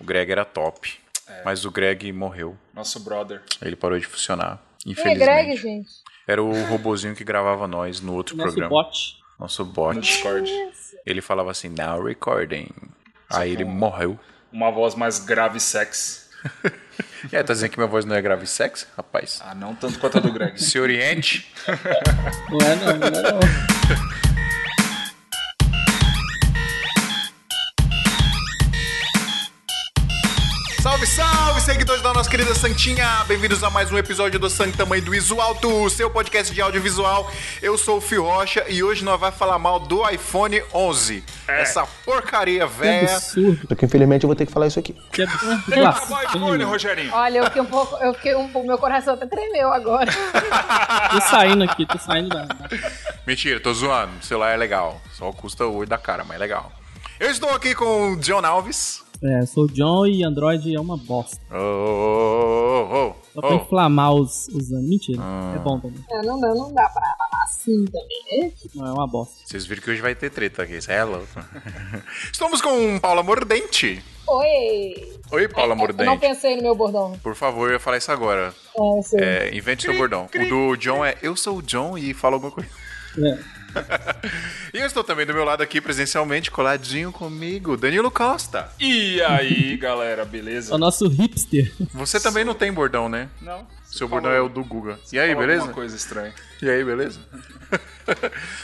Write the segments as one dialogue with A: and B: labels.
A: O Greg era top.
B: É.
A: Mas o Greg morreu.
C: Nosso brother.
A: Ele parou de funcionar.
D: Quem é Greg,
A: Infelizmente.
D: gente?
A: Era o robozinho que gravava nós no outro
B: Nosso
A: programa.
B: é bot.
A: Nosso
C: No
A: bot.
C: Discord.
A: Ele falava assim, now recording.
B: é
A: Aí ele morreu.
C: Uma voz mais grave e sexy.
A: É, tá dizendo que minha voz não é grave e sexy, rapaz?
C: Ah, não tanto quanto a do Greg.
A: Se oriente.
B: Não é não, não é não.
A: Salve, salve, seguidores da nossa querida Santinha! Bem-vindos a mais um episódio do Sangue Tamanho do Iso Alto, o seu podcast de audiovisual. Eu sou o Fio Rocha e hoje nós vai falar mal do iPhone 11.
B: É.
A: Essa porcaria
C: É.
B: Que
A: véia.
B: absurdo.
E: Só que infelizmente eu vou ter que falar isso aqui.
B: Que absurdo. um- Que
C: Acabar o iPhone, Rogerinho.
D: Olha, eu fiquei um pouco. Eu fiquei um pouco. Meu coração até tremeu agora.
B: Tô saindo aqui, tô saindo da. da-
A: Mentira, tô zoando. O celular é legal. Só custa o olho da cara, mas é legal. Eu estou aqui com o John Alves.
B: É, sou o John e Android é uma bosta.
A: Oh, oh, oh,
B: Só
A: oh, Ah.
B: pra
A: oh.
B: inflamar os. os... Mentira, é bom também.
D: Não, não, dá- não dá pra falar assim também.
B: Não é uma bosta.
A: Vocês viram que hoje vai ter treta aqui, isso é louco. Estamos com Paula Mordente.
D: Oi!
A: Oi, Paula
D: Eu não
A: Tá Mordente.
D: pensei no meu bordão.
A: Por favor, eu ia falar isso agora.
D: É, eu sei.
A: É, invente seu bordão. O do John é eu sou o John e fala alguma coisa.
B: É.
A: E eu estou também do meu lado aqui presencialmente, coladinho comigo, Danilo Costa.
C: E aí, galera, beleza?
B: É o nosso hipster.
A: Você também não tem bordão, né?
C: Não.
A: Seu bordão é o do Guga. E aí, beleza?
C: Uma coisa estranha.
A: E aí, beleza?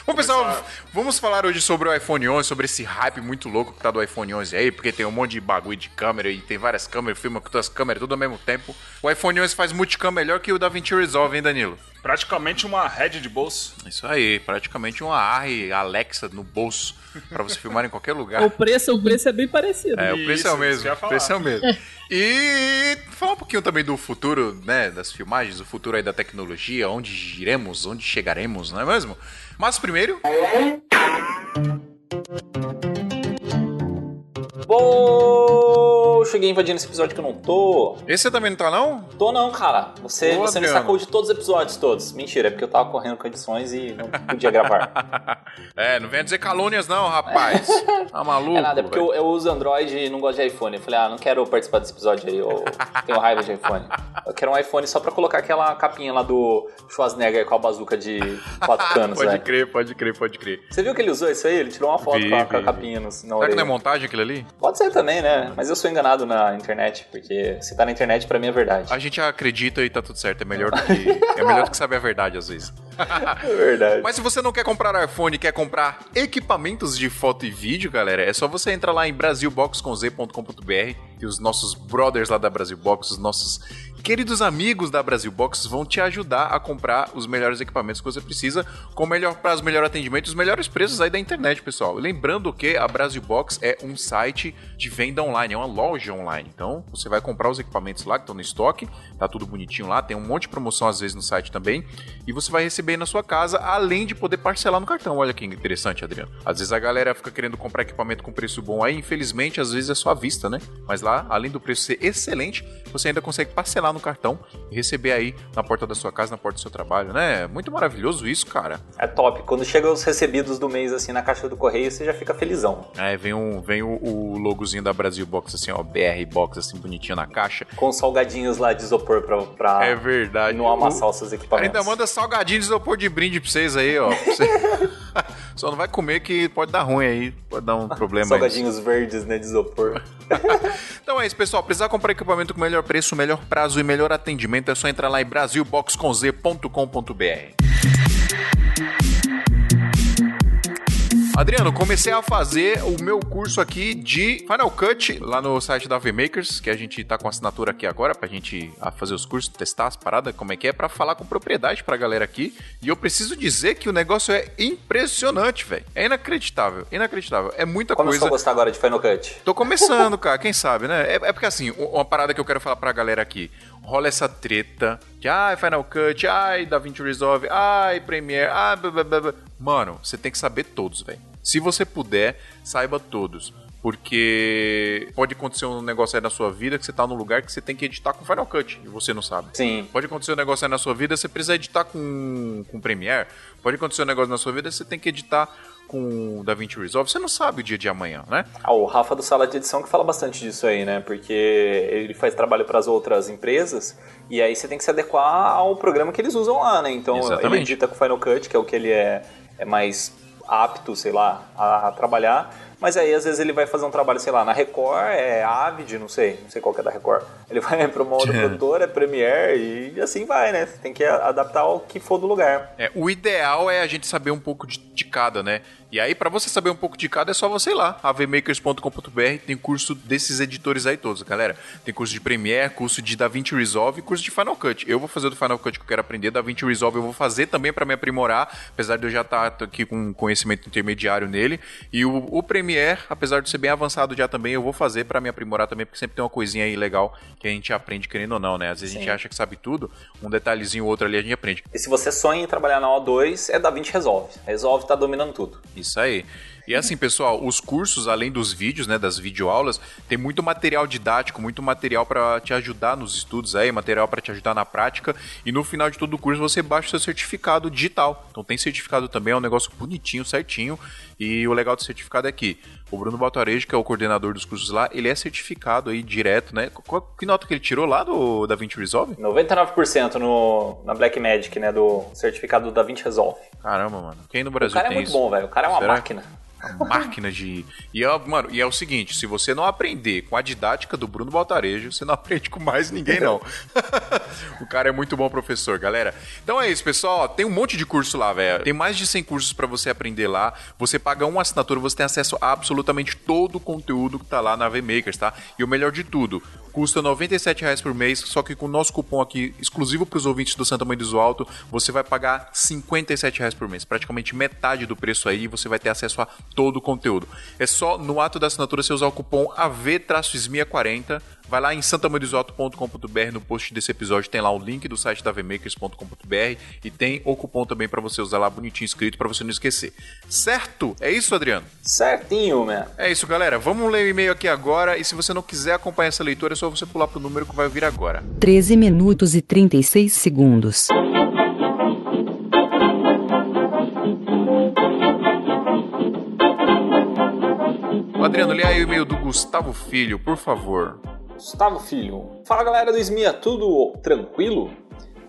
A: Bom, pessoal, vamos falar hoje sobre o iPhone 11, sobre esse hype muito louco que tá do iPhone 11 aí, porque tem um monte de bagulho de câmera e tem várias câmeras, filma com todas as câmeras tudo ao mesmo tempo. O iPhone 11 faz multicam melhor que o da DaVinci Resolve, hein, Danilo?
C: Praticamente uma head de bolso.
A: Isso aí, praticamente uma ARRI Alexa no bolso pra você filmar em qualquer
B: O
A: lugar.
B: preço, o preço é bem parecido.
A: É,
B: É.
A: o preço é o
C: Isso, isso que eu
A: mesmo,
C: ia
A: o
C: falar.
A: preço é o mesmo. E falar um pouquinho também do futuro, né, das filmagens, o futuro aí da tecnologia, onde iremos, onde chegaremos, não é mesmo? Mas primeiro,
F: Bom, cheguei invadindo esse episódio que eu não tô.
A: esse você também não tá não?
F: Tô não, cara. Você,
A: Ô,
F: você me
A: Adriano.
F: sacou de todos os episódios todos. Mentira, é porque eu tava correndo condições e não podia gravar.
A: é, não venha dizer calúnias não, rapaz. Tá maluco?
F: é nada, é porque
A: velho.
F: eu, eu uso Android e não gosto de iPhone. Eu falei, ah, não quero participar desse episódio aí, eu tenho raiva de iPhone. Eu quero um iPhone só pra colocar aquela capinha lá do Schwarzenegger com a bazuca de quatro canos,
A: Ah, Pode
F: velho.
A: crer, pode crer, pode crer.
F: Você viu que ele usou isso aí? Ele tirou uma foto
A: Vi,
F: com, a, com a
A: vi,
F: capinha no, na
A: Será que
F: orelha.
A: não é montagem aquilo ali?
F: Pode ser também, né? Mas eu sou enganado na internet, porque se tá na internet, pra mim é verdade.
A: A gente acredita e tá tudo certo, é melhor do que é melhor do que saber a verdade às vezes.
F: É verdade.
A: Mas se você não quer comprar iPhone, quer comprar equipamentos de foto e vídeo, galera, é só você entrar lá em brasilbox.com.br e os nossos brothers lá da Brasilbox, os nossos queridos amigos da Brasilbox vão te ajudar a comprar os melhores equipamentos que você precisa, com o melhor prazo, melhor atendimento, os melhores preços aí da internet, pessoal. Lembrando que a Brasilbox é um site de venda online, é uma loja online. Então, você vai comprar os equipamentos lá que estão no estoque, tá tudo bonitinho lá, tem um monte de promoção às vezes no site também, e você vai receber aí na sua casa, além de poder parcelar no cartão. Olha que interessante, Adriano. Às vezes a galera fica querendo comprar equipamento com preço bom aí, infelizmente, às vezes é só à vista, né? Mas lá, além do preço ser excelente, você ainda consegue parcelar no cartão e receber aí na porta da sua casa, na porta do seu trabalho, né? É Muito maravilhoso isso, cara.
F: É top. Quando chega os recebidos do mês assim na caixa do correio, você já fica felizão.
A: Aí vem, um, vem o, o logozinho da Brasil Box, assim, ó, BR Box, assim, bonitinho na caixa.
F: Com os salgadinhos lá de isopor pra, pra
A: é verdade.
F: Ah, não amassar os seus equipamentos.
A: Ainda manda salgadinho de isopor de brinde pra vocês aí, ó. Pra você- Só não vai comer que pode dar ruim aí, pode dar um problema aí.
F: Salgadinhos verdes, né, de isopor.
A: Então é isso, pessoal. Precisar comprar equipamento com melhor preço, melhor prazo e melhor atendimento, é só entrar lá em brasilboxconz.com.br. Adriano, comecei a fazer o meu curso aqui de Final Cut lá no site da VMakers, que a gente tá com assinatura aqui agora pra gente ah, fazer os cursos, testar as paradas, como é que é, pra falar com propriedade pra galera aqui. E eu preciso dizer que o negócio é impressionante, velho. É inacreditável, inacreditável. É muita
F: Como
A: coisa.
F: eu gostar agora de Final Cut?
A: Tô começando, cara, quem sabe, né? É, é porque assim, u- uma parada que eu quero falar pra galera aqui. Rola essa treta de ai, Final Cut, ai, DaVinci Resolve, ai, Premiere, ai, blá, blá, blá, blá. Mano, você tem que saber todos, velho. Se você puder, saiba todos. Porque pode acontecer um negócio aí na sua vida que você tá num lugar que você tem que editar com Final Cut e você não sabe.
F: Sim.
A: Pode acontecer um negócio aí na sua vida, você precisa editar com, com Premiere. Pode acontecer um negócio na sua vida, você tem que editar com com o DaVinci Resolve, você não sabe o dia de amanhã, né?
F: Ah, o Rafa do Sala de Edição que fala bastante disso aí, né? Porque ele faz trabalho para as outras empresas e aí você tem que se adequar ao programa que eles usam lá, né? Então ele
A: Exatamente.
F: edita com o Final Cut, que é o que ele é, é mais apto, sei lá, a, a trabalhar. Mas aí às vezes ele vai fazer um trabalho, sei lá, na Record, é Avid, não sei, não sei qual que é da Record. Ele vai para uma outra produtora, é Premiere e assim vai, né? Você tem que a- adaptar ao que for do lugar.
A: É, o ideal é a gente saber um pouco de, de cada, né? E aí, pra você saber um pouco de cada, é só você ir lá, avmakers.com.br, tem curso desses editores aí todos, galera. Tem curso de Premiere, curso de DaVinci Resolve e curso de Final Cut. Eu vou fazer do Final Cut que eu quero aprender, DaVinci Resolve eu vou fazer também pra me aprimorar, apesar de eu já estar aqui com um conhecimento intermediário nele. E o, o Premiere, apesar de ser bem avançado já também, eu vou fazer pra me aprimorar também, porque sempre tem uma coisinha aí legal que a gente aprende querendo ou não, né? Às vezes a gente acha que sabe tudo, um detalhezinho ou outro ali a gente aprende.
F: E se você sonha em trabalhar na O2, é da 20 resolve. Resolve tá dominando tudo.
A: Isso aí. E assim, pessoal, os cursos, além dos vídeos, né, das videoaulas, tem muito material didático, muito material pra te ajudar nos estudos aí, material pra te ajudar na prática. E no final de todo o curso você baixa o seu certificado digital. Então tem certificado também, é um negócio bonitinho, certinho. E o legal do certificado é que o Bruno Baltarejo, que é o coordenador dos cursos lá, ele é certificado aí direto, né? Qual- que nota que ele tirou lá do da 20 Resolve?
F: 99% no, na Black Magic, né? Do certificado da 20 Resolve.
A: Caramba, mano. Quem no
F: o
A: Brasil
F: cara é
A: tem
F: muito
A: isso?
F: bom, velho. O cara é uma
A: Será?
F: máquina.
A: Uma máquina de. E é, mano, e é o seguinte: se você não aprender com a didática do Bruno Baltarejo, você não aprende com mais ninguém, não. o cara é muito bom professor, galera. Então é isso, pessoal. Tem um monte de curso lá, velho. Tem mais de 100 cursos pra você aprender lá. Você paga uma assinatura, você tem acesso a absolutamente todo o conteúdo que tá lá na VMakers, tá? E o melhor de tudo. Custa R$ 97,00 por mês, só que com o nosso cupom aqui, exclusivo para os ouvintes do Santa Mãe do Zo Alto, você vai pagar R$ 57,00 por mês. Praticamente metade do preço aí, e você vai ter acesso a todo o conteúdo. É só no ato da assinatura você usar o cupom AV-SMIA40. Vai lá em santamanizoto.com.br no post desse episódio, tem lá o link do site da vmakers.com.br e tem o cupom também para você usar lá bonitinho escrito para você não esquecer. Certo? É isso, Adriano?
F: Certinho, man.
A: É isso, galera. Vamos ler o e-mail aqui agora e se você não quiser acompanhar essa leitura, é só você pular pro número que vai vir agora.
E: 13 minutos e 36 segundos.
A: Adriano, lê aí o e-mail do Gustavo Filho, por favor.
F: Gustavo Filho. Fala galera do Esmia, tudo tranquilo?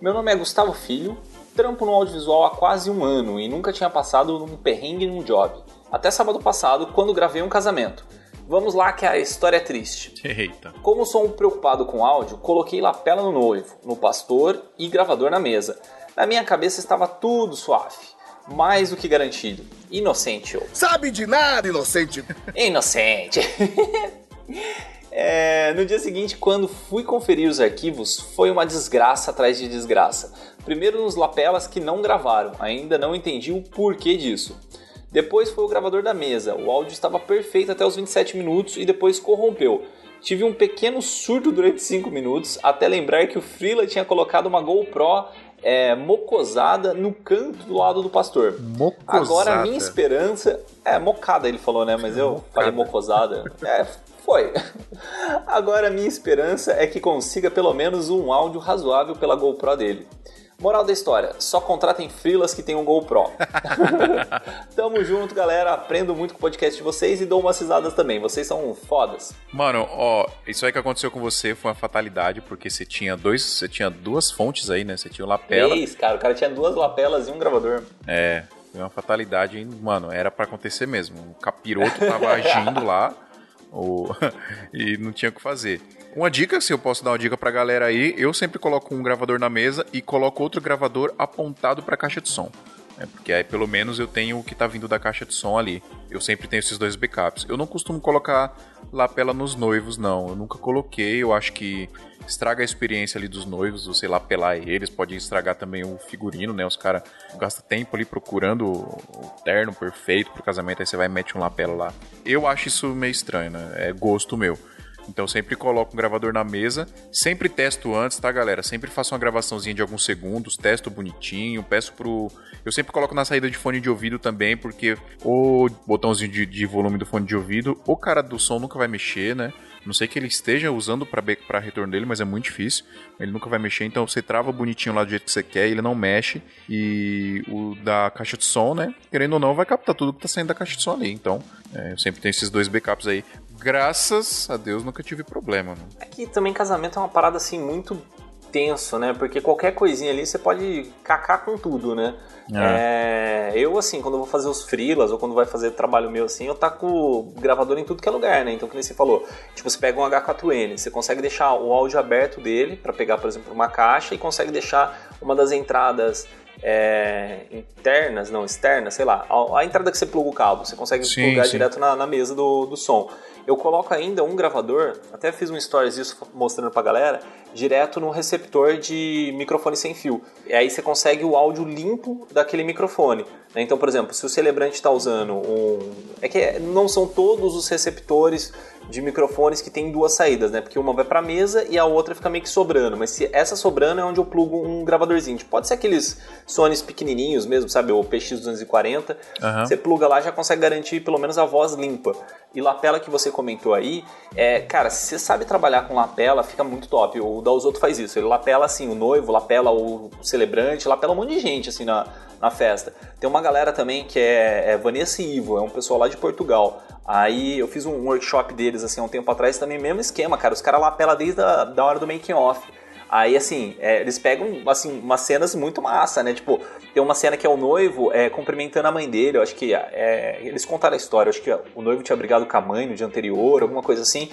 F: Meu nome é Gustavo Filho, trampo no audiovisual há quase um ano e nunca tinha passado num perrengue num job. Até sábado passado, quando gravei um casamento. Vamos lá que a história é triste.
A: Eita.
F: Como sou um preocupado com áudio, coloquei lapela no noivo, no pastor e gravador na mesa. Na minha cabeça estava tudo suave, mais do que garantido. Inocente eu.
G: Sabe de nada, inocente!
F: Inocente! É, no dia seguinte, quando fui conferir os arquivos, foi uma desgraça atrás de desgraça. Primeiro nos lapelas que não gravaram, ainda não entendi o porquê disso. Depois foi o gravador da mesa, o áudio estava perfeito até os 27 minutos e depois corrompeu. Tive um pequeno surto durante 5 minutos, até lembrar que o Freela tinha colocado uma GoPro é, mocosada no canto do lado do pastor.
A: Mocosada.
F: Agora a minha esperança. É, mocada ele falou, né? Mas eu falei mocosada. É, foi. Agora a minha esperança é que consiga pelo menos um áudio razoável pela GoPro dele. Moral da história, só contratem frilas que tenham GoPro. Tamo junto, galera. Aprendo muito com o podcast de vocês e dou umas risadas também. Vocês são fodas.
A: Mano, ó, isso aí que aconteceu com você foi uma fatalidade, porque você tinha dois. Você tinha duas fontes aí, né? Você tinha o lapela.
F: Três, cara. O cara tinha duas lapelas e um gravador.
A: É. Foi uma fatalidade, hein? mano. Era pra acontecer mesmo. O capiroto tava agindo lá. o- e não tinha o que fazer. Uma dica, se eu posso dar uma dica pra galera aí, eu sempre coloco um gravador na mesa e coloco outro gravador apontado pra caixa de som. né? porque aí pelo menos eu tenho o que tá vindo da caixa de som ali. Eu sempre tenho esses dois backups. Eu não costumo colocar lapela nos noivos, não. Eu nunca coloquei. Eu acho que estraga a experiência ali dos noivos, você lapelar eles, pode estragar também o figurino, né? Os caras gastam tempo ali procurando o o terno perfeito pro casamento, aí você vai e mete um lapela lá. Eu acho isso meio estranho, né? É gosto meu. Então eu sempre coloco um gravador na mesa, sempre testo antes, tá, galera? Sempre faço uma gravaçãozinha de alguns segundos, testo bonitinho, peço pro. Eu sempre coloco na saída de fone de ouvido também, porque o botãozinho de, de volume do fone de ouvido, o cara do som nunca vai mexer, né? Não sei que ele esteja usando pra be- pra retorno dele, mas é muito difícil. Ele nunca vai mexer, então você trava bonitinho lá do jeito que você quer, ele não mexe. E o da caixa de som, né? Querendo ou não, vai captar tudo que tá saindo da caixa de som ali. Então, é, eu sempre tenho esses dois backups aí. Graças a Deus nunca tive problema, mano.
F: É que também casamento é uma parada assim muito tenso, né? Porque qualquer coisinha ali você pode cacar com tudo, né? É, eu, assim, quando eu vou fazer os freelas ou quando vai fazer trabalho meu assim, eu taco o gravador em tudo que é lugar, né? Então, que nem você falou, tipo, você pega um H4N, você consegue deixar o áudio aberto dele pra pegar, por exemplo, uma caixa e consegue deixar uma das entradas é, internas, não, externas, sei lá, a, a entrada que você pluga o cabo, você consegue
A: Sim,
F: plugar
A: sim.
F: direto na, na mesa do, do som. Eu coloco ainda um gravador, até fiz um stories disso mostrando pra galera, direto no receptor de microfone sem fio. E aí você consegue o áudio limpo daquele microfone. né? Então, por exemplo, se o celebrante está usando um. É que não são todos os receptores de microfones que tem duas saídas, né? Porque uma vai pra mesa e a outra fica meio que sobrando. Mas se essa sobrando é onde eu plugo um gravadorzinho. Tipo, Pode ser aqueles Sonys pequenininhos mesmo, sabe? O PX240.
A: Aham.
F: Você pluga lá já consegue garantir pelo menos a voz limpa. E lapela que você comentou aí, é, cara, se você sabe trabalhar com lapela, fica muito top. O Dalzotto faz isso. Ele lapela assim o noivo, lapela o celebrante, lapela um monte de gente assim na, na festa. Tem uma galera também que é, é Vanessa e Ivo, é um pessoal lá de Portugal. Aí eu fiz um workshop deles assim há um tempo atrás também, mesmo esquema, cara. Os caras lapela desde a da hora do making off. Aí, assim, é, eles pegam, assim, umas cenas muito massa, né? Tipo, tem uma cena que é o noivo é, cumprimentando a mãe dele. Eu acho que é, eles contaram a história. Eu acho que o noivo tinha brigado com a mãe no dia anterior, alguma coisa assim.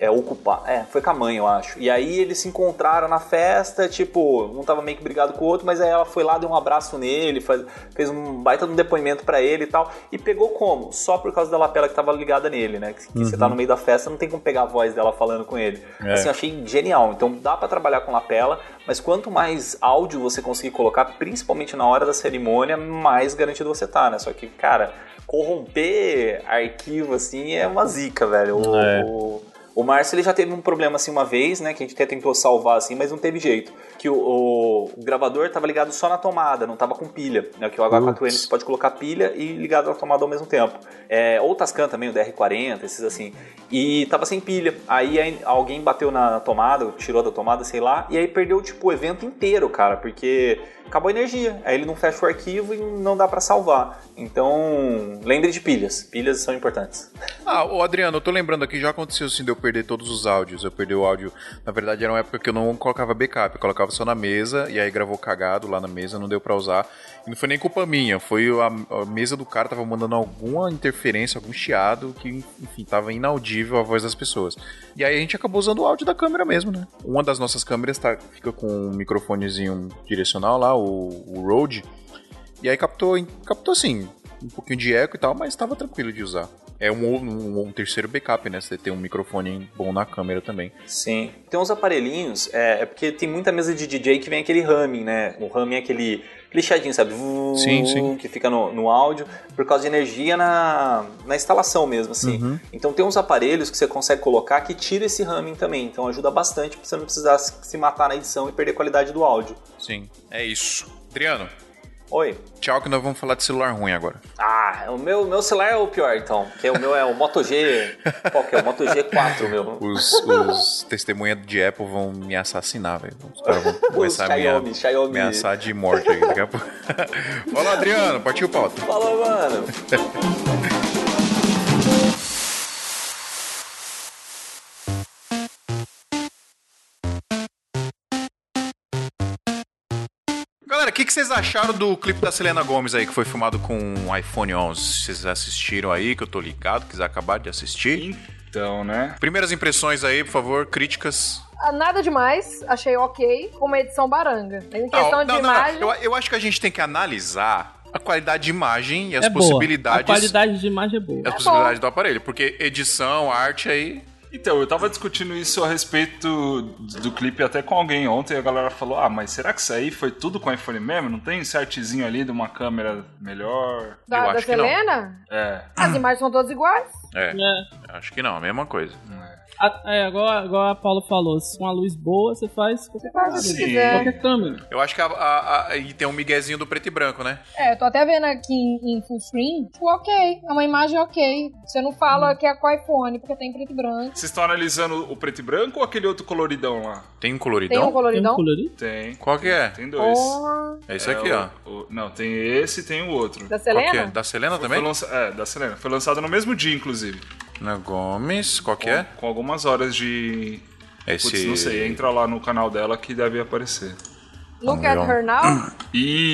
F: É, ocupar. É, foi com a mãe, eu acho. E aí eles se encontraram na festa, tipo, um tava meio que brigado com o outro, mas aí ela foi lá, deu um abraço nele, faz- fez um baita de um depoimento pra ele e tal. E pegou como? Só por causa da lapela que tava ligada nele, né? Que, que você tá no meio da festa, não tem como pegar a voz dela falando com ele. Assim, eu achei genial. Então dá pra trabalhar com lapela, mas quanto mais áudio você conseguir colocar, principalmente na hora da cerimônia, mais garantido você tá, né? Só que, cara, corromper arquivo assim é uma zica, velho. O, o, o Márcio ele já teve um problema assim uma vez, né? Que a gente até tentou salvar assim, mas não teve jeito. Que o, o- o gravador tava ligado só na tomada, não tava com pilha. Né, que o H4N você pode colocar pilha e ligado na tomada ao mesmo tempo. É, ou o Tascam também, o DR40, esses assim. E tava sem pilha. Aí, aí alguém bateu na, na tomada, ou tirou da tomada, sei lá, e aí perdeu tipo o evento inteiro, cara, porque acabou a energia. Aí ele não fecha o arquivo e não dá pra salvar. Então, lembre de pilhas. Pilhas são importantes.
A: Ah, ô Adriano, eu tô lembrando aqui, já aconteceu assim de eu perder todos os áudios. Eu perdi o áudio. Na verdade, era uma época que eu não colocava backup, eu colocava só na mesa, e aí gravou cagado lá na mesa, não deu pra usar. E não foi nem culpa minha, foi a, a mesa do cara tava mandando alguma interferência, algum chiado, que, enfim, tava inaudível a voz das pessoas. E aí a gente acabou usando o áudio da câmera mesmo, né? Uma das nossas câmeras tá, fica com um microfonezinho direcional lá, o, o Rode. E aí captou, captou assim, um pouquinho de eco e tal, mas tava tranquilo de usar. É um, um, um terceiro backup, né? Você tem um microfone bom na câmera também.
F: Sim. Tem uns aparelhinhos, é, é porque tem muita mesa de DJ que vem aquele humming, né? O humming é aquele lixadinho, sabe? Vum,
A: Sim, sim.
F: Que fica no, no áudio, por causa de energia na, na instalação mesmo, assim.
A: Uhum.
F: Então tem uns aparelhos que você consegue colocar que tira esse humming também. Então ajuda bastante pra você não precisar se se matar na edição e perder a qualidade do áudio.
A: Sim, é isso. Adriano,
F: Oi.
A: tchau que nós vamos falar de celular ruim agora.
F: Ah, o meu, meu celular é o pior, então. Porque o meu é o Moto G. Qual que é? O Moto G4, meu.
A: Os, os testemunhas de Apple vão me assassinar, velho. Os caras vão
F: Os
A: começar a me
F: Xiaomi, Xiaomi.
A: ameaçar de morte aí daqui a pouco. Fala, Adriano, partiu pauta.
F: Falou, mano.
A: Galera, o que, que vocês acharam do clipe da Selena Gomes aí, que foi filmado com um iPhone 11? Vocês assistiram aí, que eu tô ligado, que vocês acabaram de assistir.
C: Então, né?
A: Primeiras impressões aí, por favor, críticas.
D: Ah, Nada demais, achei ok, com uma edição baranga. Em
A: Não,
D: questão
A: Ah, não,
D: de
A: não, não.
D: imagem,
A: Eu, eu acho que a gente tem que analisar a qualidade de imagem e as
B: é boa. A
A: possibilidades.
B: qualidade de imagem é boa.
A: As possibilidades do aparelho, porque edição, arte aí.
C: Então, eu tava discutindo isso a respeito do do clipe até com alguém ontem e a galera falou: Ah, mas será que isso aí foi tudo com iPhone mesmo? Não tem esse artezinho ali de uma câmera melhor?
D: da,
A: eu
D: da
A: acho que não. Ah.
D: Selena,
C: É.
D: as imagens são todas iguais.
A: É,
B: É,
A: acho que não, a mesma coisa.
B: a- é, igual, igual a Paulo falou, se com a luz boa, você faz
A: Ah,
B: qualquer,
D: Faz o que
C: Sim.
D: quiser.
B: qualquer câmera.
A: Eu acho que a, a- a- e tem um miguezinho do preto e branco, né?
D: É, eu tô até vendo aqui em, em full screen. Tipo, ok. É uma imagem ok. Você não
A: Hum.
D: fala que é com iPhone, porque tem preto e branco.
C: Vocês estão analisando o preto e branco ou aquele outro coloridão lá?
A: Tem um
D: Tem um
A: coloridão?
B: Tem um
D: coloridão?
B: colorido?
C: Tem.
A: Qual que é?
C: Tem dois.
D: Porra.
A: É isso aqui, ó.
C: ó. não, tem esse e tem o outro.
D: Da
A: Qual que é?
D: Selena?
A: Da Selena
C: Foi
A: também?
C: lança... É, da Selena. Foi lançado no mesmo dia, inclusive.
A: Na Gomes, qual que
C: Com,
A: é?
C: com algumas horas de.
A: Esse.
C: Putz, não sei. Entra lá no canal dela que deve aparecer.
D: Look at her now.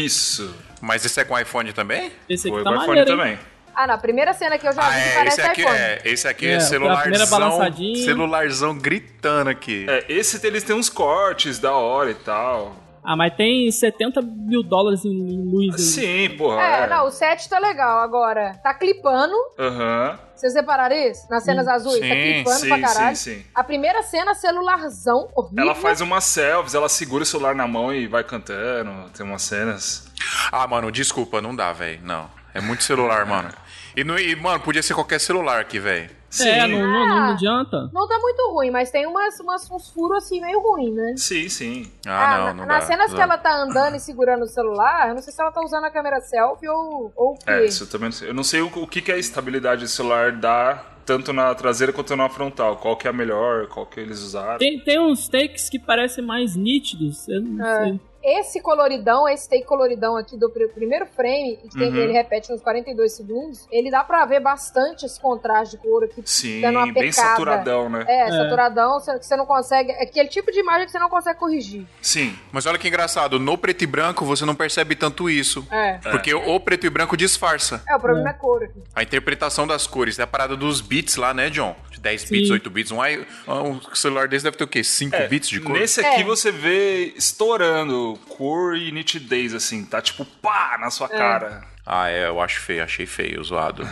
C: Isso!
A: Mas esse é com iPhone também?
B: Esse aqui
C: Foi
B: tá
C: o iPhone
B: maneiro, hein?
C: também.
D: Ah, na primeira cena que eu já
A: Ah,
D: vi que
A: é,
D: parece
A: esse aqui
D: iPhone.
A: é, esse aqui é,
B: É, primeira
A: celularzão,
B: balançadinha.
A: celularzão gritando aqui.
C: É, esse eles têm uns cortes da hora e tal.
B: Ah, mas tem 70 mil dólares em luz. Sim.
C: Sim, porra.
D: É, não, o 7 tá legal agora. Tá clipando.
C: Aham.
D: Vocês repararam isso? Nas cenas azuis, tá
A: Hum, Sim,
D: clipando
C: sim,
D: pra caralho. Uhum.
C: sim, sim.
D: A primeira cena, celularzão horrível.
C: Ela faz umas selfies, ela segura o celular na mão e vai cantando. Tem umas cenas.
A: Ah, mano, desculpa, não dá, velho. Não. É muito celular, mano. E, não- e, mano, podia ser qualquer celular aqui, velho.
B: É, não, não, não
D: Ah.
B: adianta.
D: Não tá muito ruim, mas tem umas, umas- uns furos assim meio ruim, né?
C: Sim, sim.
A: Ah,
D: na-
A: não, não dá.
D: Nas cenas
A: Não.
D: que ela tá andando e segurando o celular, eu não sei se ela tá usando a câmera selfie ou, ou o quê.
C: É, isso eu também não sei. Eu não sei o, o que, que a estabilidade do celular dá, tanto na traseira quanto na frontal. Qual que é a melhor, qual que eles usaram.
B: Tem, tem uns takes que parecem mais nítidos. Eu não
D: É.
B: sei.
D: Esse coloridão, esse take coloridão aqui do pr- primeiro frame, que tem-
C: Uhum.
D: ele repete uns 42 segundos, ele dá pra ver bastante esse contraste de cor aqui.
C: Sim,
D: Dando uma
C: bem
D: pecada.
C: saturadão, né?
D: É, saturadão, você- que você não consegue. é Aquele tipo de imagem que você não consegue corrigir.
C: Sim.
A: Mas olha que engraçado, no preto e branco você não percebe tanto isso.
D: É.
A: Porque o preto e branco disfarça.
D: É, o problema é, cor aqui.
A: A interpretação das cores, é a parada dos bits lá, né, John? De 10 bits, 8 bits. Um, i- um celular desse deve ter o quê? 5
C: É,
A: bits de cor?
C: Nesse aqui
D: É.
C: você vê estourando cor e nitidez, assim. Tá tipo pá na
D: É.
C: sua cara.
A: Ah, é, eu acho feio, achei feio, zoado.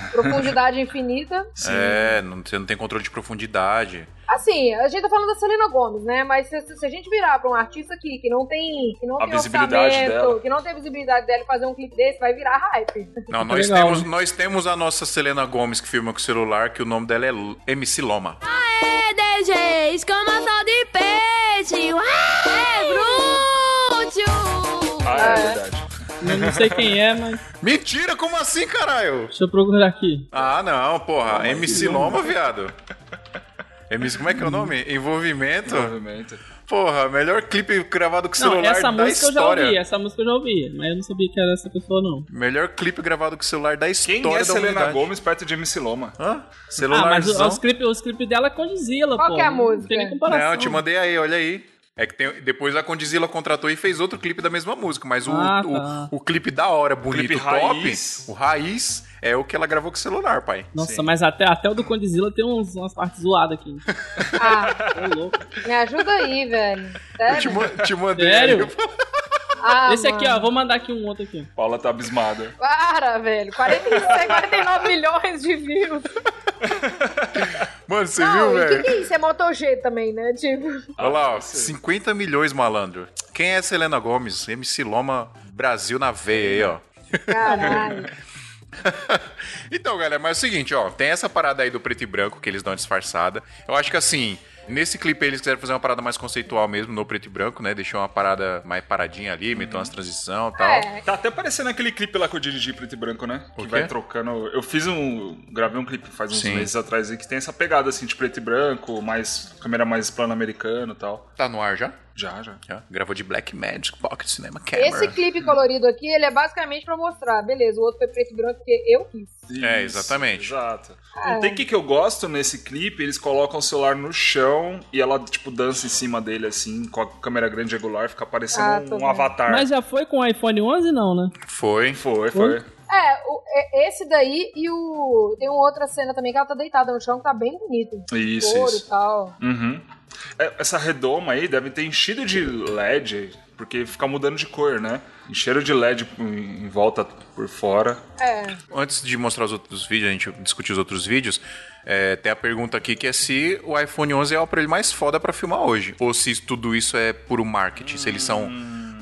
D: Profundidade infinita.
C: Sim.
A: É, não, você não tem controle de profundidade.
D: Assim, a gente tá falando da Selena Gomes, né? Mas se, se a gente virar pra um artista aqui que não tem, que não
C: A
D: tem
C: visibilidade
D: orçamento,
C: dela.
D: que não tem visibilidade dela e fazer um clipe desse, vai virar hype.
A: Não, nós,
B: legal,
A: temos, nós temos a nossa Selena Gomes que filma com o celular, que o nome dela é L- MC Loma.
H: DG, escamação de peixe, ué, glúteo.
C: Ah, é, verdade.
B: Eu não sei quem é, mas
A: Mentira, como assim, caralho?
B: deixa eu procurar aqui.
A: Ah, não, porra. MC Loma, viado. MC, como é que é o nome? Envolvimento?
C: Movimento.
A: Porra, melhor clipe gravado com
B: Não,
A: celular
B: essa
A: da
B: música eu já
A: história.
B: ouvi, essa música eu já ouvi, mas eu não sabia que era essa pessoa, não.
A: Melhor clipe gravado com celular da história
C: Quem é
A: da
C: Selena
A: humanidade.
C: Gomes perto de MC Loma?
A: Hã?
B: Ah, mas o-
A: Celularzão.
B: os clipes os clipe dela é com Dizila,
D: Qual
B: pô.
D: que é a
B: Não
D: música?
B: tem nem comparação.
A: Não, eu te mandei aí, olha aí. É que tem- depois a Condizila contratou e fez outro clipe da mesma música, mas o,
B: Ah,
A: o-
B: tá.
A: o, clipe da hora, bonito,
C: Clipe
A: top,
C: raiz.
A: o raiz é o que ela gravou com o celular, pai.
B: Nossa,
C: Sim.
B: mas até, até o do Condizila tem uns, umas partes zoadas aqui.
D: Ah,
B: Ô, louco.
D: me ajuda aí, velho.
A: Eu te,
D: Sério?
A: ma- te mandei
B: Sério?
A: aí.
D: Ah,
B: Esse aqui,
D: mano.
B: ó, vou mandar aqui um outro aqui.
C: Paula tá abismada.
D: Para, velho. 46, 49 milhões de views.
A: Mano, você
D: não,
A: viu,
D: e o que,
A: velho?
D: que é isso? É MotoG também, né? Tipo.
A: Olha lá, ó, 50 milhões, malandro. Quem é Selena Gomes? MC Loma Brasil na veia aí, ó.
D: Caralho.
A: então, galera, mas é o seguinte, ó, tem essa parada aí do preto e branco que eles dão uma disfarçada. Eu acho que assim, nesse clipe aí eles quiseram fazer uma parada mais conceitual mesmo no preto e branco, né? Deixou uma parada mais paradinha ali, meteu umas transição e tal.
D: Uhum. É.
C: Tá até parecendo aquele clipe lá que eu dirigi preto e branco, né?
A: O
C: Que
A: quê?
C: vai trocando. Eu fiz um. Gravei um clipe faz uns
A: Sim.
C: meses atrás aí que tem essa pegada assim de preto e branco, mais. câmera mais plano americano e tal.
A: Tá no ar já?
C: Já, já.
A: Já. Gravou de Black Magic Pocket Cinema Camera.
D: Esse clipe colorido aqui, ele é basicamente pra mostrar. Beleza, o outro foi preto e branco porque eu quis.
A: É, exatamente.
C: Exato.
D: É.
C: Um take que eu gosto nesse clipe, eles colocam o celular no chão e ela, tipo, dança em cima dele, assim, com a câmera grande angular, fica parecendo
D: Ah,
C: um,
D: tô
C: um
D: vendo.
C: avatar.
B: Mas já foi com o iPhone 11, não, né?
A: Foi.
C: Foi, foi.
D: É, o- é- esse daí e o. Tem uma outra cena também que ela tá deitada no chão que tá bem bonito.
C: Isso,
D: Ouro
C: isso.
D: e tal.
C: Uhum. É, Essa redoma aí deve ter enchido de LED, porque fica mudando de cor, né? Encheram de LED em em volta por fora.
D: É.
A: Antes de mostrar os outros vídeos, a gente discutir os outros vídeos, é, tem a pergunta aqui que é se o
C: Hum.
A: iPhone 11 é o aparelho mais foda pra filmar hoje. Ou se isso- tudo isso é puro marketing, se eles são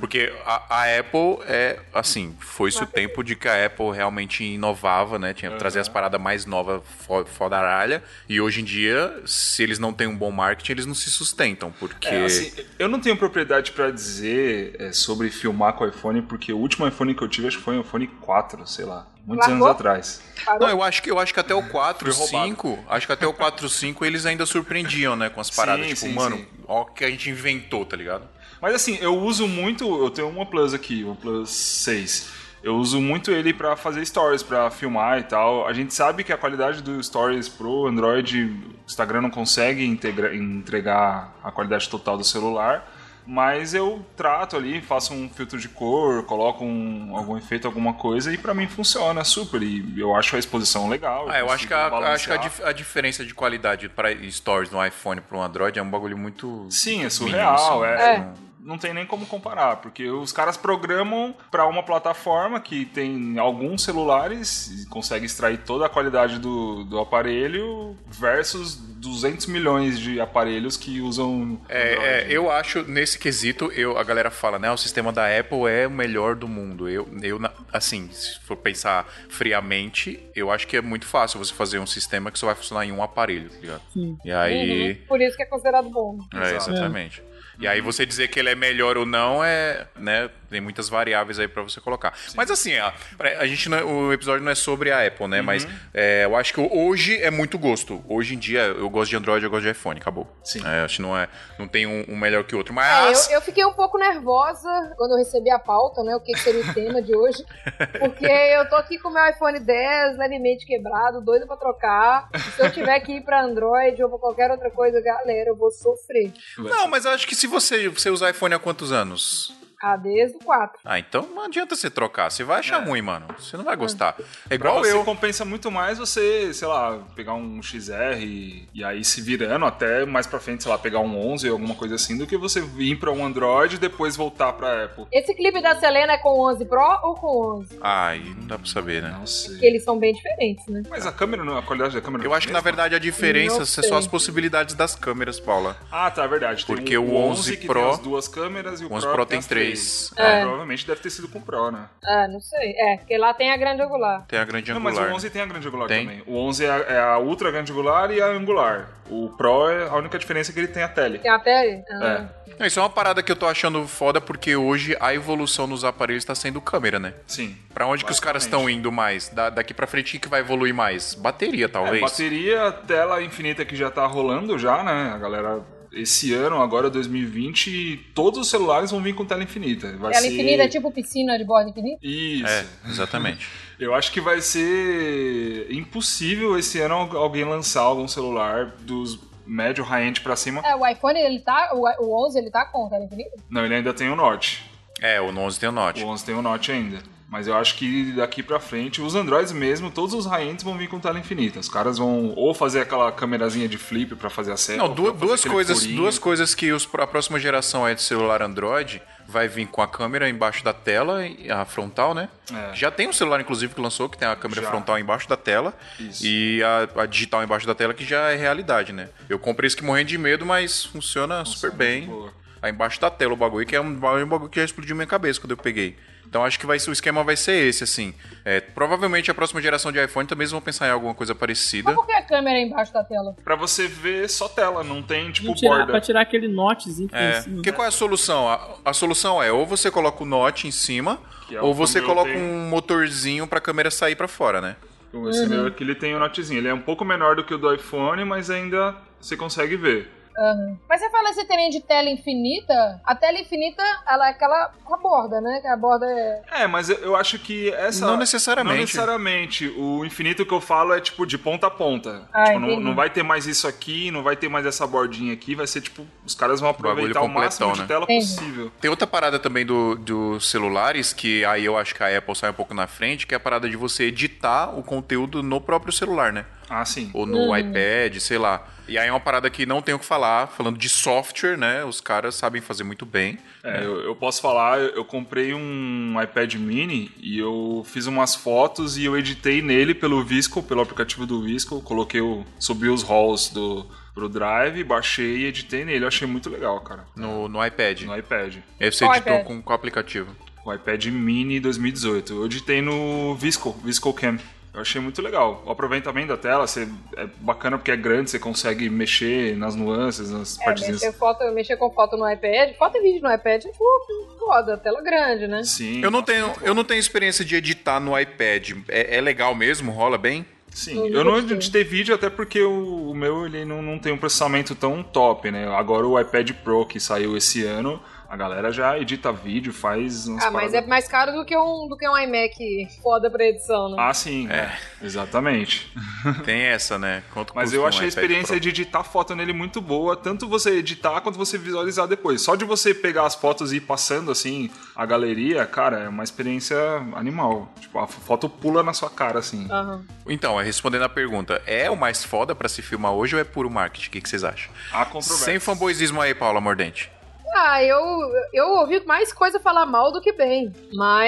A: Porque a, a Apple é, assim, foi-se o tempo de que a Apple realmente inovava, né? Tinha que trazer as paradas mais novas fo- fodaralha. E hoje em dia, se eles não têm um bom marketing, eles não se sustentam, porque...
C: É, assim, eu não tenho propriedade pra dizer é, sobre filmar com o iPhone, porque o último iPhone que eu tive acho que foi o iPhone 4, sei lá, muitos
D: Largou?
C: anos atrás.
A: Não, eu acho que eu acho que até o 4,
C: Foi roubado.
A: 5, acho que até o 4, 5 eles ainda surpreendiam, né, com as paradas,
C: Sim,
A: tipo,
C: sim,
A: mano,
C: sim.
A: ó o que a gente inventou, tá ligado?
C: Mas assim, eu uso muito, eu tenho uma Plus aqui, uma Plus 6. Eu uso muito ele pra fazer stories, pra filmar e tal. A gente sabe que a qualidade do stories pro Android, o Instagram não consegue integra- entregar a qualidade total do celular. Mas eu trato ali, faço um filtro de cor, coloco um- algum efeito, alguma coisa, e pra mim funciona super. E eu acho a exposição legal.
A: Ah, eu acho
C: consigo
A: que a, acho que a,
C: balancear.
A: dif- a diferença de qualidade para stories do iPhone para um Android é um bagulho muito
C: Sim, é
A: mínimo,
C: surreal,
A: assim,
C: é.
A: né?
C: Não tem nem como comparar, porque os caras programam para uma plataforma que tem alguns celulares e consegue extrair toda a qualidade do, do aparelho versus 200 milhões de aparelhos que usam
A: É, é,
C: Android. né?
A: eu acho, nesse quesito, eu, a galera fala, né? O sistema da Apple é o melhor do mundo. Eu, eu, na- assim, se for pensar friamente, eu acho que é muito fácil você fazer um sistema que só vai funcionar em um aparelho, tá ligado?
B: Sim.
A: E aí.
D: Uhum, Por isso que é considerado bom.
A: É, exatamente. E aí você dizer que ele é melhor ou não é, né, tem muitas variáveis aí pra você colocar. Mas assim, a, pra- a gente não é- o episódio não é sobre a Apple, né, mas
C: Uhum.
A: é, eu acho que hoje é muito gosto. Hoje em dia eu gosto de Android, eu gosto de iPhone, acabou.
C: Sim.
A: É, acho que não é, não tem um, um melhor que o outro,
D: É,
A: mas
D: eu, eu fiquei um pouco nervosa quando eu recebi a pauta, né? O que, que seria o tema de hoje. Porque eu tô aqui com o meu iPhone 10 levemente quebrado, doido pra trocar. Se eu tiver que ir pra Android ou pra qualquer outra coisa, galera, eu vou sofrer.
A: não, mas eu acho que se você você usa iPhone há quantos anos?
D: Ah, desde o 4.
A: Ah, então não adianta você trocar, você vai achar ruim, mano. Você não vai gostar. É
C: É. Pra
A: igual
C: você
A: eu.
C: compensa muito mais você, sei lá, pegar um XR e, e aí se virando até mais pra frente, sei lá, pegar um 11 ou alguma coisa assim, do que você vir pra um Android e depois voltar pra Apple.
D: Esse clipe da Selena é com 11 Pro ou com 11?
A: Ai, não dá pra saber, né?
C: Não
D: Porque
C: sei.
D: eles são bem diferentes, né?
C: Mas a câmera, não- a qualidade da câmera
A: Eu
C: não é
A: acho que
C: a
A: na
C: mesma?
A: verdade a diferença
D: Não
A: são
D: sei.
A: só as possibilidades das câmeras, Paula.
C: Ah, tá, é verdade. Tem
A: Porque
C: um-
A: o 11
C: que
A: Pro-
C: tem as duas câmeras e o
A: o 11
C: Pro,
A: Pro
C: tem
A: tem
C: as
A: três.
C: três.
D: É.
C: Ah, provavelmente deve ter sido com o Pro, né?
D: Ah, não sei. É, porque lá tem a grande angular.
A: Tem a grande
C: Não,
A: angular.
C: mas o
A: né?
C: 11 tem a grande angular
A: Tem.
C: também. O 11 é a, é a ultra grande angular e a angular. O Pro, é a única diferença é que ele tem a tele.
D: Tem até. Ah,
C: É,
A: Não, Isso é uma parada que eu tô achando foda, porque hoje a evolução nos aparelhos tá sendo câmera, né?
C: sim.
A: Pra onde que os caras estão indo mais? Da- daqui pra frente, o que que vai evoluir mais? Bateria,
C: É,
A: talvez.
C: bateria, tela infinita que já tá rolando já, né? A galera, esse ano, agora 2020, todos os celulares vão vir com tela infinita. Vai
D: Ela
C: ser...
D: infinita é tipo piscina de borda infinita?
C: Isso.
A: É, exatamente.
C: Eu acho que vai ser impossível esse ano al- alguém lançar algum celular dos médio high-end pra cima.
D: É, o iPhone, ele tá. O, o 11, ele tá com tela infinita?
C: Não, ele ainda tem o Note.
A: É, o 11 tem o Note.
C: O 11 tem o Note ainda. Mas eu acho que daqui pra frente, os Androids mesmo, todos os high-ends vão vir com tela infinita. Os caras vão ou fazer aquela câmerazinha de flip pra fazer a selfie.
A: Não, du-
C: ou fazer
A: duas
C: aquele
A: coisas,
C: furinho.
A: duas coisas que os- a próxima geração é de celular Android vai vir com a câmera embaixo da tela, e- a frontal, né?
C: É.
A: Já tem um celular, inclusive, que lançou, que tem a câmera
C: Já.
A: frontal embaixo da tela
C: Isso.
A: e a, a digital embaixo da tela, que já é realidade, né? Eu comprei isso que morrendo de medo, mas funciona, super bem.
C: boa.
A: Aí embaixo da tela o bagulho, que é um ba- um bagulho que já explodiu minha cabeça quando eu peguei. Então acho que vai, ser- o esquema vai ser esse, assim. É, provavelmente a próxima geração de iPhone também eles vão pensar em alguma coisa parecida.
D: Mas por que a câmera é embaixo da tela?
C: Pra você ver só tela, não tem tipo
B: Não tirar,
C: borda.
B: pra tirar aquele notezinho que tem
A: É,
B: em cima.
A: porque qual é a solução? A, a solução é ou você coloca o note em cima,
C: Que é o
A: ou
C: que
A: você
C: o meu
A: coloca
C: tem.
A: um motorzinho pra câmera sair pra fora, né?
C: Então, Esse meu aqui ele tem o notezinho. Ele é um pouco menor do que o do iPhone, mas ainda você consegue ver.
D: Mas você fala esse terem de tela infinita, a tela infinita, ela é aquela com a borda, né? Que a borda é.
C: É, mas eu- eu acho que essa.
A: Não necessariamente.
C: Não necessariamente. O infinito que eu falo é tipo de ponta a ponta.
D: Ah,
C: tipo, não,
D: entendi.
C: não vai ter mais isso aqui, não vai ter mais essa bordinha aqui. Vai ser tipo. Os caras vão
A: Bagulho
C: aproveitar o máximo
A: completão,
C: de
A: né?
C: tela
D: Entendi.
C: possível.
A: Tem outra parada também do- dos celulares, que aí eu acho que a Apple sai um pouco na frente, que é a parada de você editar o conteúdo no próprio celular, né?
C: Ah, sim.
A: Ou
D: Uhum.
A: no iPad, sei lá. E aí é uma parada que não tem o que falar, falando de software, né? Os caras sabem fazer muito bem.
C: É, eu, eu posso falar, eu, eu comprei um iPad mini e eu fiz umas fotos e eu editei nele pelo Visco, pelo aplicativo do Visco, coloquei o. subi os rolls do. pro pro Drive, baixei e editei nele. Eu achei muito legal, cara.
A: No, no iPad.
C: No iPad.
A: Aí você
D: Qual
A: editou
D: iPad?
A: com qual aplicativo?
C: O iPad Mini 2018. Eu editei no Visco, Visco Cam. Eu achei muito legal. O aproveitamento da tela você, é bacana porque é grande, você consegue mexer nas nuances, nas
D: É,
C: partezinhas.
D: mexer, foto, mexer com foto no iPad, foto e vídeo no iPad é tipo, foda, tela grande, né?
C: Sim.
A: Eu não,
C: nossa,
A: tenho,
C: muito bom.
A: eu não tenho experiência de editar no iPad. É, é legal mesmo? Rola bem?
C: Sim, eu não editei vídeo até porque o, o meu ele não, não tem um processamento tão top, né? Agora o iPad Pro que saiu esse ano, a galera já edita vídeo, faz umas
D: Ah, mas é
C: paradas-
D: mais caro do que um, do que um iMac foda pra edição, né?
C: Ah, sim, é. exatamente.
A: Tem essa, né? Quanto
C: Mas
A: custa
C: eu
A: um
C: achei a
A: iPad
C: experiência
A: Pro?
C: de editar foto nele muito boa, tanto você editar quanto você visualizar depois. Só de você pegar as fotos e ir passando assim a galeria, cara, é uma experiência animal. Tipo, a foto pula na sua cara assim.
B: Ah.
D: Aham.
A: Então, é respondendo a pergunta, é o mais foda pra se filmar hoje ou é puro marketing? O que, que vocês acham?
C: Há controvérsias.
A: Sem fanboyismo aí, Paula Mordente.
D: Ah, eu, eu ouvi mais coisa falar mal do que bem.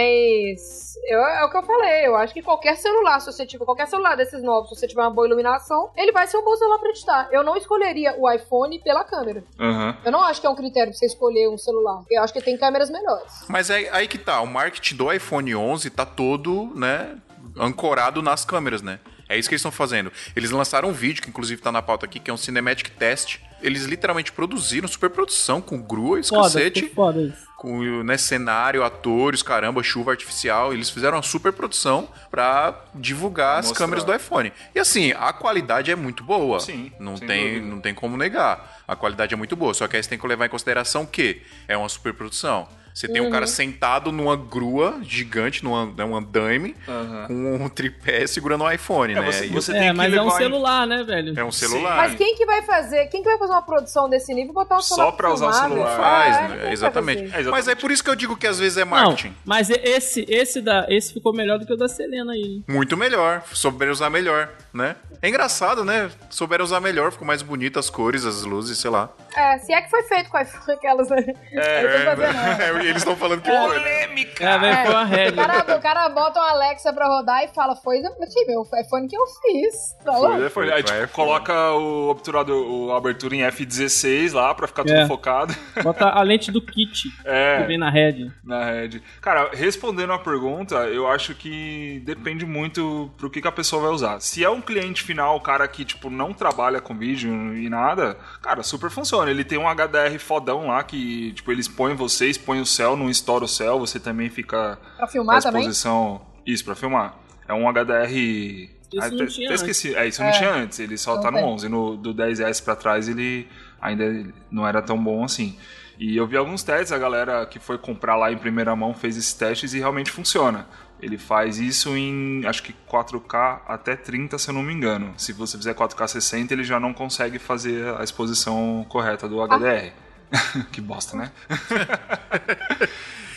D: Mas eu- é o que eu falei. Eu acho que qualquer celular, se você tiver, qualquer celular desses novos, se você tiver uma boa iluminação, ele vai ser um bom celular pra editar. Eu não escolheria o iPhone pela câmera.
C: Aham.
D: Eu não acho que é um critério pra você escolher um celular. Eu acho que tem câmeras melhores.
A: Mas é aí que tá, o marketing do iPhone 11 tá todo, né, ancorado nas câmeras, né? É isso que eles estão fazendo. Eles lançaram um vídeo, que inclusive tá na pauta aqui, que é um cinematic test. Eles literalmente produziram super produção com grua,
B: Foda,
A: escassete,
B: ficou foda isso.
A: com né, cenário, atores, caramba, chuva artificial. Eles fizeram uma super produção pra divulgar as
C: Mostrar.
A: câmeras do iPhone. E assim, a qualidade é muito boa.
C: Sim,
A: Não
C: sem
A: tem,
C: dúvida.
A: não tem como negar. A qualidade é muito boa. Só que aí você tem que levar em consideração que é uma super produção. Você tem um cara sentado numa grua gigante, num an- né, um andaime,
C: Aham.
A: com um tripé segurando um iPhone,
C: É,
A: né?
C: você,
A: E
C: você tem
B: É,
C: que
B: mas é um
C: levar em-
B: celular, né, velho?
A: É um celular.
D: Mas quem que vai fazer? Quem que vai fazer uma produção desse nível e botar um
C: Ah. Só
D: celular
C: pra usar o
D: filmar,
C: celular.
D: velho?
A: Faz, né?
D: Ah, não tem o que
A: exatamente.
D: fazer.
C: É,
A: Mas é
C: exatamente.
A: por isso que eu digo que às vezes é
B: Não,
A: marketing.
B: mas esse, esse, da, esse ficou melhor do que o da Selena aí.
A: Muito melhor, souberam usar melhor, né? É engraçado, né? Souberam usar melhor, ficou mais bonita as cores, as luzes, sei lá.
D: É, se é que foi feito com iPhone, aquelas, né? É,
A: e eles estão falando que foi, né?
B: É, velho, ficou uma
D: O
B: regra.
D: cara, o cara bota um Alexa pra rodar e fala, foi sim, meu iPhone que eu fiz. Tá louco?
A: né?
C: Foi, foi. Aí,
A: é
C: tipo, coloca o obturador, o- a abertura em F16 lá pra ficar
B: É.
C: tudo focado.
B: Bota a lente do kit que
C: É,
B: vem na head.
C: na Red. Cara, respondendo a pergunta, eu acho que depende muito pro que, que a pessoa vai usar. Se é um cliente final, o cara que, tipo, não trabalha com vídeo e nada, cara, super funciona. Ele tem um HDR fodão lá que, tipo, ele expõe você, expõe o céu, não estoura o céu, você também fica
D: Pra
C: com a
D: filmar também?
C: exposição. Isso, pra filmar. É um HDR.
B: Isso não
C: Ah, até-
B: tinha
C: até
B: antes.
C: esqueci. É, isso não tinha antes. Ele só
D: Não
C: tá no
D: tem.
C: 11. No, do 10S pra trás ele ainda não era tão bom assim. E eu vi alguns testes, a galera que foi comprar lá em primeira mão fez esses testes e realmente funciona. Ele faz isso em acho que 4K até 30, se eu não me engano. Se você fizer 4K 60, ele já não consegue fazer a exposição correta do HDR. que bosta, né?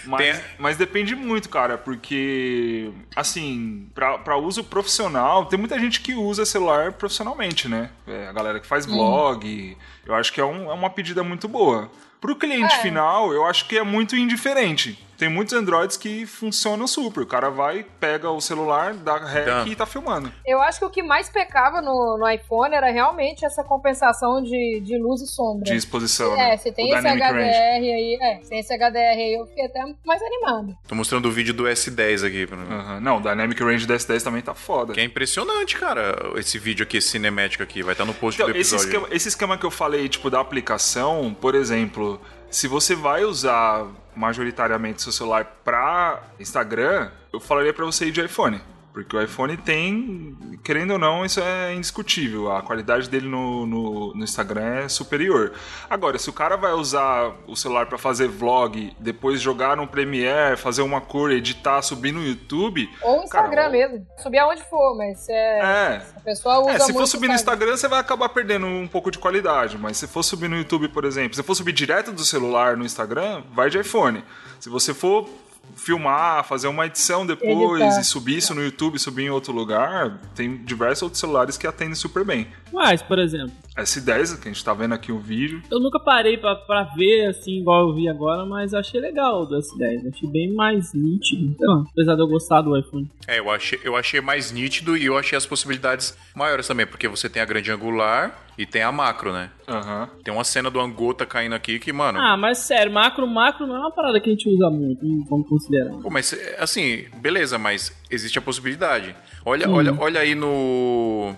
C: Mas,
A: Tem-
C: mas depende muito, cara, porque, assim, pra, pra uso profissional, tem muita gente que usa celular profissionalmente, né? É, a galera que faz blog, eu acho que é, um- é uma pedida muito boa. Pro cliente final, eu acho que é muito indiferente. Tem muitos androids que funcionam super. O cara vai, pega o celular, dá rec
A: Dá.
C: e tá filmando.
D: Eu acho que o que mais pecava no, no iPhone era realmente essa compensação de, de luz e sombra.
C: De exposição, né?
D: É, você tem
C: O
D: esse
C: Dynamic
D: HDR
C: Range.
D: aí. É, sem esse HDR aí eu fiquei até mais animado.
A: é, Tô mostrando o vídeo do S10 aqui. pra-
C: Aham. Não, o Dynamic Range do S10 também tá foda.
A: Que é impressionante, cara, esse vídeo aqui, esse cinemático aqui. Vai estar no post
C: Então,
A: do
C: esse
A: episódio.
C: esquema, esse esquema que eu falei, tipo, da aplicação, por exemplo, se você vai usar majoritariamente seu celular pra Instagram, eu falaria pra você ir de iPhone. Porque o iPhone tem, querendo ou não, isso é indiscutível. A qualidade dele no, no, no Instagram é superior. Agora, se o cara vai usar o celular pra fazer vlog, depois jogar no Premiere, fazer uma cor, editar, subir no YouTube.
D: Ou Instagram
C: cara,
D: mesmo. Subir aonde for, mas é,
C: É.
D: a pessoa usa
C: É, se
D: muito
C: for subir no Instagram, você vai acabar perdendo um pouco de qualidade. Mas se for subir no YouTube, por exemplo, se for subir direto do celular no Instagram, vai de iPhone. Se você for filmar, fazer uma edição depois
D: Editar.
C: e subir isso no YouTube, subir em outro lugar, tem diversos outros celulares que atendem super bem.
B: Mas, por exemplo,
C: S10, que a gente tá vendo aqui o vídeo.
B: eu nunca parei pra, pra ver, assim, igual eu vi agora, mas eu achei legal o do S10. Achei bem mais nítido, sei lá. Apesar de eu gostar do iPhone.
A: É, eu achei, eu achei mais nítido e eu achei as possibilidades maiores também, porque você tem a grande angular, E tem a macro, né?
C: Aham.
A: Tem uma cena do Angota caindo aqui que, mano.
B: Ah, mas sério, macro, macro não é uma parada que a gente usa muito, hein, vamos considerar.
A: Pô, mas assim, beleza, mas existe a possibilidade. Olha, olha, olha aí no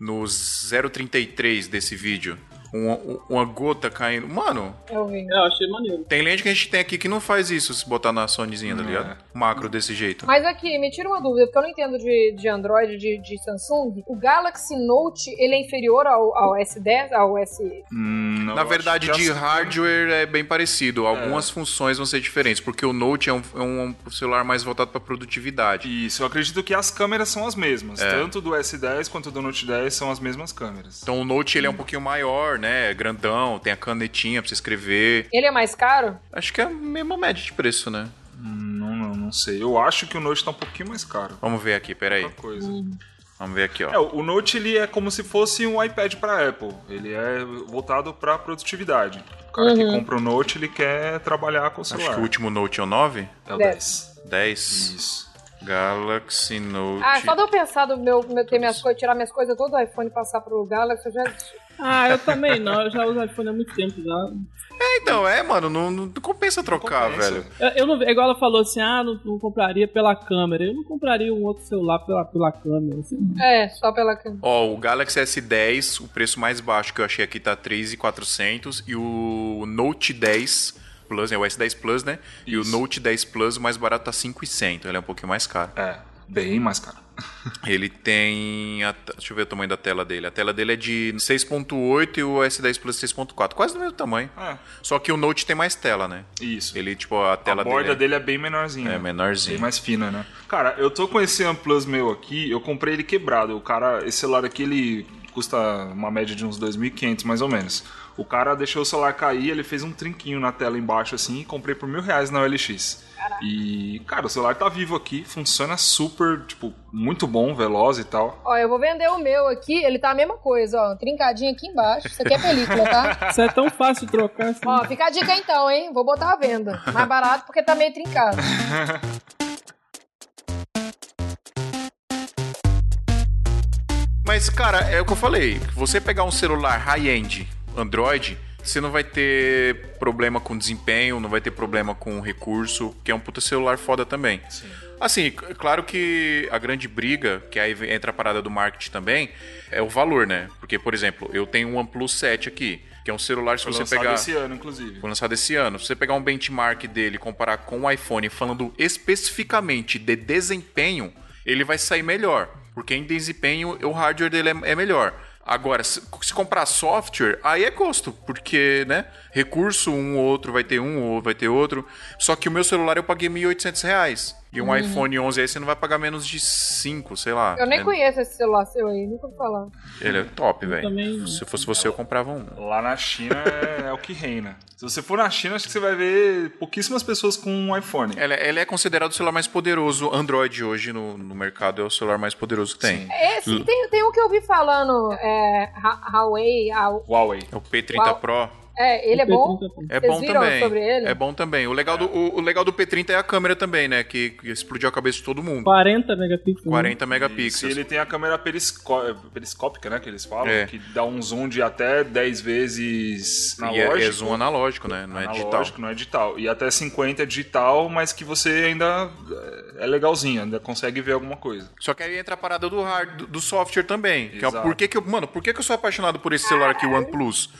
A: no 033 desse vídeo, uma, uma gota caindo. Mano,
D: Eu vi.
B: É, eu achei maneiro.
A: tem lente que a gente tem aqui que não faz isso se botar na Sonyzinha, tá
C: É.
A: ligado? Macro desse jeito.
D: Mas aqui, me tira uma dúvida, porque eu não entendo de, de Android, de, de Samsung. O Galaxy Note, ele é inferior ao, ao S10, ao S...
C: Hum, eu
A: Na
C: acho
A: verdade,
C: que É.
A: de
C: as-
A: hardware é bem parecido. Algumas funções vão ser diferentes, porque o Note é um, é um celular mais voltado pra produtividade.
C: Isso, eu acredito que as câmeras são as mesmas.
A: É.
C: Tanto do S10 quanto do Note 10 são as mesmas câmeras.
A: Então o Note ele é um pouquinho maior, né? É Grandão, tem a canetinha pra você escrever.
D: Ele é mais caro?
A: Acho que é a mesma média de preço, né?
C: Hum, Não, não, não sei. Eu acho que o Note tá um pouquinho mais caro.
A: Vamos ver aqui, peraí.
C: Outra coisa.
A: Vamos ver aqui, ó.
C: É, o Note ele é como se fosse um iPad pra Apple. Ele é voltado pra produtividade. O cara que compra o Note, ele quer trabalhar com o celular.
A: Acho que o último Note é o 9?
C: É o
D: Deve.
C: 10.
A: 10.
C: Isso.
A: Galaxy Note.
D: Ah, só de eu pensar do meu, meu ter minhas coisas, tirar minhas coisas todo do iPhone e passar pro Galaxy, eu já...
B: Ah, eu também não, eu já uso iPhone há muito tempo já.
A: É, então, é, mano, não, não compensa trocar,
C: compensa.
A: velho.
B: Eu, eu não, é igual ela falou assim, ah, não, não compraria pela câmera. Eu não compraria um outro celular pela, pela câmera. assim.
D: É, só pela câmera.
A: Ó, o Galaxy S10, o preço mais baixo que eu achei aqui tá 3,400 e o Note 10 Plus, né, o S10 Plus, né? E o
C: Isso.
A: Note 10 Plus, o mais barato tá 5,100, então ele é um pouquinho mais caro.
C: É, bem mais caro.
A: Ele tem. a t- deixa eu ver o tamanho da tela dele. A tela dele é de 6,8 e o S10 Plus 6,4. Quase do mesmo tamanho.
C: É,
A: Só que o Note tem mais tela, né?
C: isso.
A: Ele, tipo, a tela
C: a borda
A: dele.
C: dele é bem menorzinha.
A: É menorzinha.
C: Bem mais fina, né? Cara, eu tô com esse OnePlus meu aqui, eu comprei ele quebrado. O cara, esse celular aqui, ele custa uma média de uns 2.500, mais ou menos. O cara deixou o celular cair, ele fez um trinquinho na tela embaixo, assim, e comprei por mil reais na OLX. E, cara, o celular tá vivo aqui, funciona super, tipo, muito bom, veloz e tal.
D: Ó, eu vou vender o meu aqui, ele tá a mesma coisa, ó, trincadinho aqui embaixo. Isso aqui é película, tá?
B: Isso é tão fácil de trocar assim.
D: Ó, fica a dica então, hein? Vou botar à venda. Mais barato porque tá meio trincado.
A: Mas, cara, é o que eu falei. Você pegar um celular high-end Android, você não vai ter problema com desempenho, não vai ter problema com recurso, que é um puta celular foda também. Assim, c- claro que a grande briga, que aí vem- entra a parada do marketing também, é o valor, né? Porque, por exemplo, eu tenho um OnePlus 7 aqui, que é um celular, se
C: Foi
A: você
C: lançado
A: pegar...
C: esse ano, inclusive.
A: Foi lançado esse ano. Se você pegar um benchmark dele e comparar com o iPhone, falando especificamente de desempenho, ele vai sair melhor. Porque em desempenho, o hardware dele é, é melhor. Agora, se, se comprar software, aí é custo, porque, né? Recurso, um ou outro vai ter um, ou vai ter outro. Só que o meu celular eu paguei R$ 1.800 reais. E um iPhone 11 aí você não vai pagar menos de 5, sei lá.
D: Eu nem
A: É-
D: conheço esse celular seu aí, nunca vou falar.
A: Ele é top,
B: também-
A: velho. Se fosse você, eu comprava um.
C: Lá na China é, é o que reina. Se você for na China, acho que você vai ver pouquíssimas pessoas com um iPhone.
A: Ele, ele é considerado o celular mais poderoso. Android hoje no, no mercado é o celular mais poderoso que tem.
C: Sim.
D: Esse, tem, tem um que eu vi falando, é, Ha- Huawei, Hua-
C: Huawei.
A: É o P30
D: Qual?
A: Pro.
D: é, ele é bom?
A: É
D: Vocês
A: bom
D: viram
A: também.
D: sobre ele?
A: É bom também. O legal, do, o, o legal do P30 é a câmera também, né? Que, que explodiu a cabeça de todo mundo.
B: 40 megapixels. né?
A: 40
C: Se
A: megapixels.
C: ele tem a câmera perisco- periscópica, né? Que eles falam,
A: É.
C: que dá um zoom de até 10 vezes
A: E é,
C: analógico.
A: é zoom analógico, né? Não é digital.
C: Analógico, não é digital. E até 50 é digital, mas que você ainda é legalzinho, ainda consegue ver alguma coisa.
A: Só que aí entra a parada do hard, do, do software também. Que é o
C: Exato.
A: por que que eu, mano, por que, que eu sou apaixonado por esse celular aqui, o OnePlus?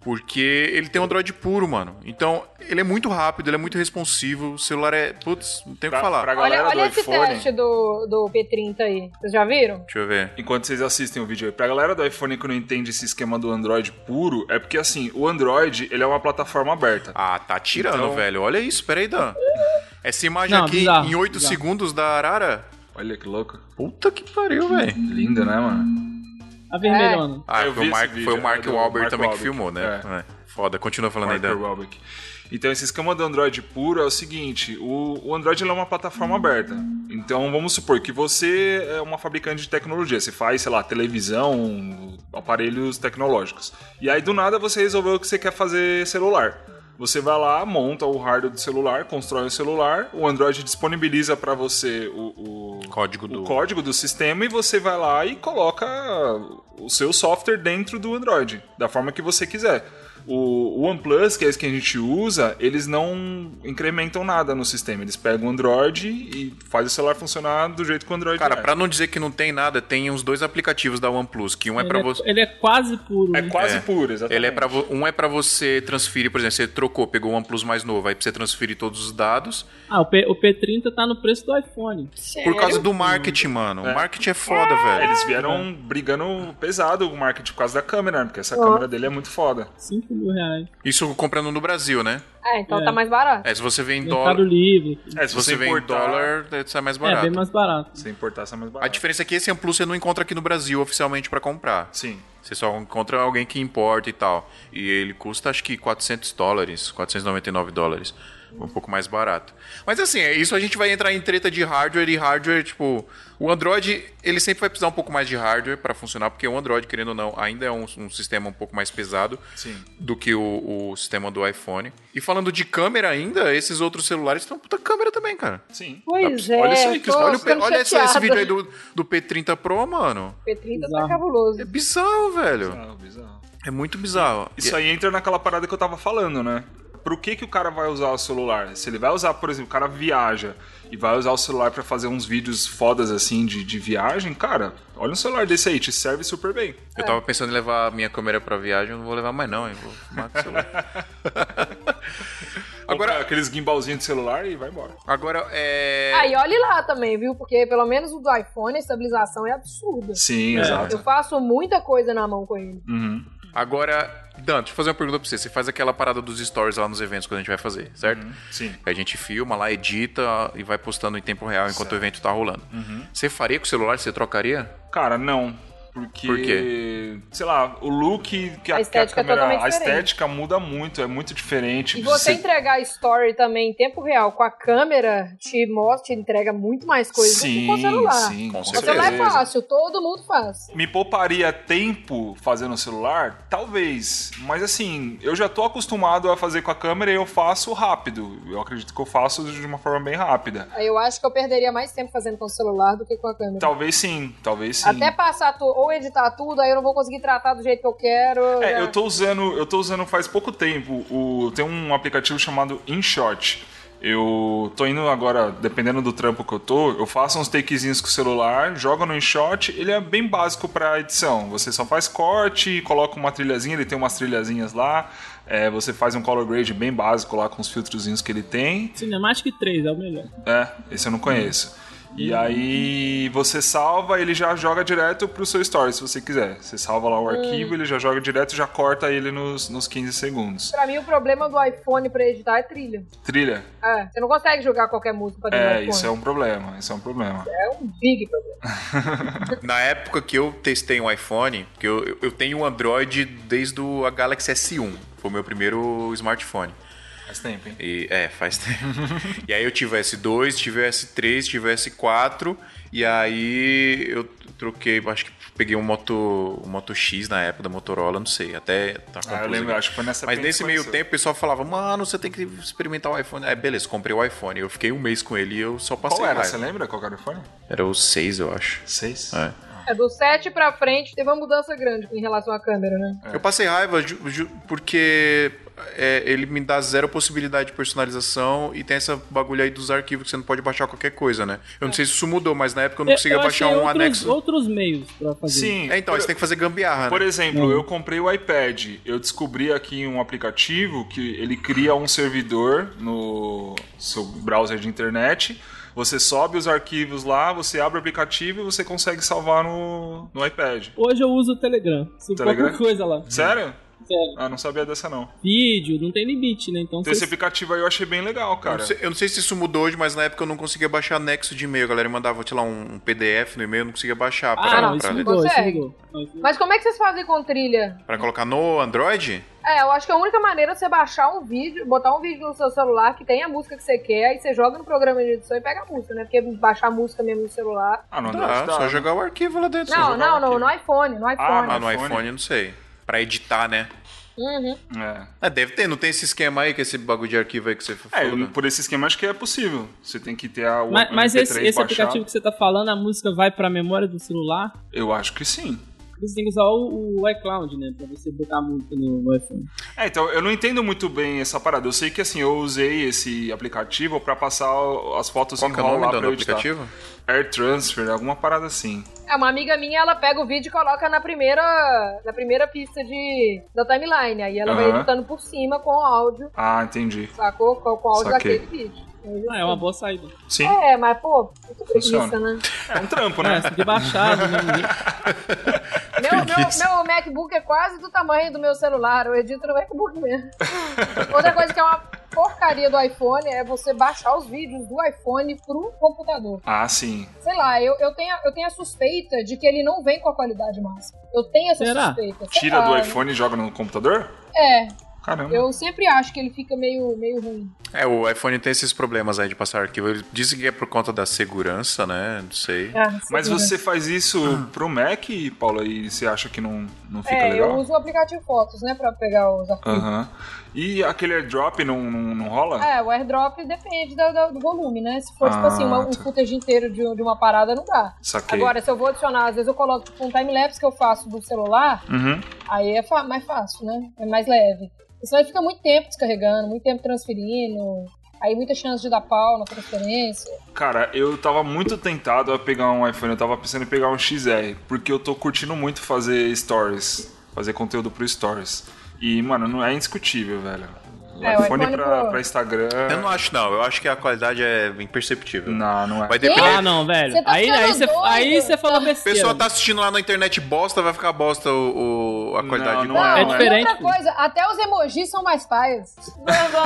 A: Porque ele tem um Android puro, mano. Então, ele é muito rápido, ele é muito responsivo. O celular é. Putz, não tem o que
C: Pra,
A: falar.
C: pra galera
D: Olha, olha
C: do
D: esse
C: iPhone.
D: teste do, do P30 aí, vocês já viram?
A: Deixa eu ver.
C: Enquanto vocês assistem o vídeo aí, pra galera do iPhone que não entende esse esquema do Android puro, é porque assim, o Android ele é uma plataforma aberta.
A: Ah, tá tirando,
C: Então-
A: velho. Olha isso, peraí, Dan. Essa imagem
B: Não,
A: aqui
B: bizarro,
A: em 8
B: bizarro.
A: segundos da Arara.
C: Olha que louco.
A: Puta que pariu, velho.
C: Linda, né, mano?
B: A vermelhona.
D: É.
A: Ah,
C: eu
A: foi
C: vi
A: o, Mark,
C: esse vídeo,
A: foi o Mark
C: é do
A: Wahlberg
C: Mark
A: também
C: Wahlberg.
A: que filmou, né? É. Foda, continua falando
C: Mark
A: aí, Dan.
C: Wahlberg. Então, esse esquema do Android puro é o seguinte: o, o Android ele é uma plataforma aberta. Então, vamos supor que você é uma fabricante de tecnologia, você faz, sei lá, televisão, aparelhos tecnológicos. E aí, do nada, você resolveu que você quer fazer celular. Você vai lá, monta o hardware do celular, constrói o celular, o Android disponibiliza para você o, o-
A: Código
C: o
A: do.
C: código do sistema e você vai lá e coloca o seu software dentro do Android, da forma que você quiser. O o OnePlus, que é esse que a gente usa, eles não incrementam nada no sistema. Eles pegam o Android e fazem o celular funcionar do jeito que o Android
A: Cara,
C: é.
A: pra não dizer que não tem nada, tem uns dois aplicativos da OnePlus, que um é pra
B: ele,
A: você.
B: é, ele é quase puro.
C: É
B: né?
C: quase
A: É.
C: puro, exatamente.
A: Ele é para um é pra você transferir, por exemplo, você trocou, pegou um OnePlus mais novo, aí pra você transferir todos os dados.
B: Ah, o, P, o P30 tá no preço do iPhone.
A: Por causa do marketing, mano. O marketing é foda,
C: É,
A: velho.
C: Eles vieram brigando pesado com o marketing por causa da câmera, porque essa
D: Ó.
C: câmera dele é muito foda.
B: 5 mil reais.
A: Isso comprando no Brasil, né?
D: Ah, então
B: É.
D: tá mais barato.
A: É, se você vê em
B: Mercado
A: dólar,
B: Livre.
C: É,
A: se você vê em dólar, isso é mais
B: É,
A: barato.
B: bem mais barato.
C: Se importar, isso é mais
A: A
C: barato.
A: diferença é que esse OnePlus você não encontra aqui no Brasil oficialmente pra comprar.
C: Sim.
A: Você só encontra alguém que importa e tal. E ele custa acho que 400 dólares, 499 dólares. Um pouco mais barato. Mas assim, é isso a gente vai entrar em treta de hardware e hardware, tipo, o Android, ele sempre vai precisar um pouco mais de hardware para funcionar, porque o Android, querendo ou não, ainda é um, um sistema um pouco mais pesado
C: Sim.
A: do que o, o sistema do iPhone. E falando de câmera ainda, esses outros celulares têm uma puta câmera também, cara.
C: Sim.
D: Pois é,
C: Olha isso aí, Cris.
D: tô
A: Tá, Olha, o, P-
D: ficando
A: olha esse, esse
D: chateada.
A: vídeo aí do, do P30 Pro, mano.
D: P30
B: Bizarro.
D: tá cabuloso.
A: É bizarro, velho.
C: Bizarro, Ah, bizarro.
A: É muito bizarro.
C: Isso aí entra naquela parada que eu tava falando, né? Pro que, que o cara vai usar o celular? Se ele vai usar, por exemplo, o cara viaja e vai usar o celular pra fazer uns vídeos fodas assim de, de viagem, cara, olha um celular desse aí, te serve super bem.
A: Eu tava pensando em levar a minha câmera pra viagem, eu não vou levar mais não, hein? Vou filmar com o celular.
C: Compra
A: agora,
C: aqueles gimbalzinhos de celular e vai embora.
A: agora é...
D: Aí olhe lá também, viu? Porque pelo menos o do iPhone, a estabilização é absurda.
C: Sim,
D: Eu
C: exato.
D: faço muita coisa na mão com ele.
C: Uhum.
A: Agora, Dan, deixa eu fazer uma pergunta pra você. Você faz aquela parada dos stories lá nos eventos quando a gente vai fazer, certo?
D: Uhum.
C: Sim.
A: A gente filma lá, edita e vai postando em tempo real enquanto
C: Certo.
A: o evento tá rolando.
D: Uhum.
A: Você faria com o celular? Você trocaria?
C: Cara, não. Porque,
A: Por
C: sei lá, o look que a, que
D: A
C: a
D: estética é
C: câmera.
D: totalmente
C: a
D: diferente.
C: estética muda muito, é muito diferente.
D: E você
C: Você-
D: entregar story também em tempo real com a câmera, te mostra, te entrega muito mais coisa do que com o celular.
C: Sim,
A: Com
C: com
D: Com o celular é
C: certeza.
D: fácil, todo mundo faz.
C: Me pouparia tempo fazendo o celular? Talvez. Mas assim, eu já tô acostumado a fazer com a câmera e eu faço rápido. Eu acredito que eu faço de uma forma bem rápida.
D: Aí Eu acho que eu perderia mais tempo fazendo com o celular do que com a câmera.
C: Talvez sim, talvez Então, sim.
D: Até passar tu- ou editar tudo, aí eu não vou conseguir tratar do jeito que eu quero.
C: É,
D: né?
C: eu tô usando, eu tô usando faz pouco tempo. O, tem um aplicativo chamado InShot. Eu tô indo agora, dependendo do trampo que eu tô, eu faço uns takezinhos com o celular, jogo no InShot, ele é bem básico pra edição. Você só faz corte, coloca uma trilhazinha, ele tem umas trilhazinhas lá, é, você faz um color grade bem básico lá com os filtrozinhos que ele tem.
B: Cinematic 3 é o melhor.
C: É, esse eu não conheço. E aí você salva, ele já joga direto pro seu story, se você quiser. Você salva lá o arquivo, ele já joga direto, já corta ele nos, nos 15 segundos.
D: Pra mim, o problema do iPhone pra editar é trilha.
C: Trilha?
D: É, você não consegue jogar qualquer música pra dentro do
C: É,
D: iPhone.
C: isso é um problema, isso é um problema.
D: É um big problema.
A: Na época que eu testei um iPhone, que eu, eu- eu tenho um Android desde o- a Galaxy S1. Foi o meu primeiro smartphone.
C: Faz tempo, hein?
A: E, é, faz tempo. e aí eu tive o S2, tive o S3, tive o S4. E aí eu troquei, acho que peguei um Moto, um Moto X na época da Motorola, não sei. Até tá com
C: Ah, eu
A: plus
C: lembro,
A: aqui.
C: acho que foi nessa
A: Mas
C: época que
A: nesse
C: a gente
A: meio
C: conheceu.
A: tempo o pessoal falava, mano, você tem que experimentar o iPhone. É, beleza, comprei o iPhone. Eu fiquei um mês com ele e eu só passei
C: Qual era?
A: raiva.
C: Você lembra qual era o fone?
A: Era o 6, eu acho.
C: Seis?
A: É.
D: É, do 7 pra frente, teve uma mudança grande em relação à câmera, né?
A: Eu passei raiva ju- ju- porque é, ele me dá zero possibilidade de personalização e tem essa bagulho aí dos arquivos que você não pode baixar qualquer coisa, né? Eu não sei se isso mudou, mas na época eu não conseguia baixar
B: achei
A: um
B: outros,
A: anexo.
B: outros meios pra fazer.
C: Sim.
A: É, então,
C: por-
A: aí você tem que fazer gambiarra,
C: Por
A: né?
C: exemplo,
B: Hum.
C: eu comprei o iPad. Eu descobri aqui um aplicativo que ele cria um servidor no seu browser de internet. Você sobe os arquivos lá, você abre o aplicativo e você consegue salvar no, no iPad.
B: Hoje eu uso o Telegram. Se
C: Telegram?
B: qualquer coisa lá.
C: Sério?
B: Sério.
C: Ah, não sabia dessa não.
B: Vídeo, não tem limite, né? Então
C: Então esse
B: você
C: aplicativo aí eu achei bem legal,
A: Eu
C: cara.
A: não, sei, eu não sei se isso mudou hoje, mas na época eu não conseguia baixar anexo de e-mail. A galera mandava, sei lá, um um PDF no e-mail, eu não conseguia baixar pra, né?
B: Ah, não,
A: pra-
B: isso mudou, isso
D: Consegue.
B: mudou. Não, isso
D: Mas como é que vocês fazem com trilha?
A: pra colocar no Android.
D: É, eu acho que a única maneira é você baixar um vídeo, botar um vídeo no seu celular que tem a música que você quer, aí você joga no programa de edição e pega a música, né? Porque baixar a música mesmo no celular.
C: Ah, não,
A: Tá,
C: dá.
A: só jogar o arquivo lá dentro. só
D: Não,
A: jogar
D: não,
A: o
D: não,
A: arquivo.
D: no iPhone, no iPhone.
A: Ah, no
C: iPhone.
A: iPhone, eu não sei. Pra editar, né?
D: Uhum.
C: É.
A: Ah, deve ter, não tem esse esquema aí, que esse bagulho de arquivo aí que você
C: É,
A: falou, né?
C: por esse esquema acho que é possível. Você tem que ter a, o
B: Mas, mas
C: MP3
B: esse, esse
C: baixado.
B: aplicativo que você tá falando, a música vai pra memória do celular?
C: Eu acho que sim.
B: Você tem que usar o, o iCloud, né? Pra você botar a música no, no iPhone.
C: É, então, eu não entendo muito bem essa parada. Eu sei que, assim, eu usei esse aplicativo pra passar o- as fotos
A: Qual
C: em
A: que é o
C: RAW
A: nome
C: lá
A: do
C: pra eu editar.
A: aplicativo?
C: Air Transfer, alguma parada assim.
D: É, uma amiga minha, ela pega o vídeo e coloca na primeira, na primeira pista de, da timeline. Aí ela vai
C: Aham.
D: editando por cima com o áudio,
C: Ah, entendi.
D: sacou? Com, com o áudio
C: Saquei.
D: daquele vídeo.
B: Ah, é uma boa saída.
C: Sim,
D: É, mas, pô, muito preguiça,
C: Funciona.
D: né?
C: é um trampo,
B: É,
C: né?
B: você tem que baixar, né?
C: É
D: Meu, meu, meu MacBook é quase do tamanho do meu celular. Eu edito no MacBook mesmo. Outra coisa que é uma porcaria do iPhone é você baixar os vídeos do iPhone pro computador.
C: Ah, sim.
D: Sei lá, eu, eu, tenho, a- eu tenho a suspeita de que ele não vem com a qualidade máxima. Eu tenho essa
B: Será?
D: suspeita. Sei
C: Tira
D: lá.
C: do iPhone e joga no computador?
D: É,
C: Caramba.
D: eu sempre acho que ele fica meio, meio ruim.
A: É, o iPhone tem esses problemas aí de passar arquivo. Ele disse que é por conta da segurança, né? Não sei.
D: Ah,
C: Mas
D: segura.
C: você faz isso pro Mac, Paula, e você acha que não, não fica
D: É, eu
C: legal?
D: uso o aplicativo Fotos, né, pra pegar os arquivos.
C: Aham. E aquele airdrop não, não, não rola?
D: É, o airdrop depende do, do- do volume, né? Se for, tipo
C: Ah,
D: assim, uma, um
C: tá.
D: footage inteiro de, de uma parada, não dá.
C: Saquei.
D: Agora, se eu vou adicionar, às vezes eu coloco tipo, um timelapse que eu faço do celular,
C: Uhum.
D: aí é fa- mais fácil, né? É mais leve. Porque Senão ele fica muito tempo descarregando, muito tempo transferindo, aí muita chance de dar pau na transferência.
C: Cara, eu tava muito tentado a pegar um iPhone, eu tava pensando em pegar um XR, porque eu tô curtindo muito fazer stories, fazer conteúdo pro stories. E, mano, não é indiscutível, velho. O
D: É, o
C: iPhone,
D: iPhone
C: pra,
D: pro-
C: pra Instagram.
A: Eu não acho, não. Eu acho que a qualidade é imperceptível.
C: Não, não é.
A: Vai
B: Ah,
A: depender.
B: não, velho.
D: Você tá
B: aí, aí,
D: ficando
B: você, aí
D: doido.
B: você falou
A: O
B: besteira.
A: pessoal tá assistindo lá na internet bosta, vai ficar bosta o, o- a qualidade
C: Não,
A: do
C: não
D: Não,
C: é.
B: É
D: e
B: diferente,
D: outra
B: filho.
D: coisa, até os emojis são mais paias. Do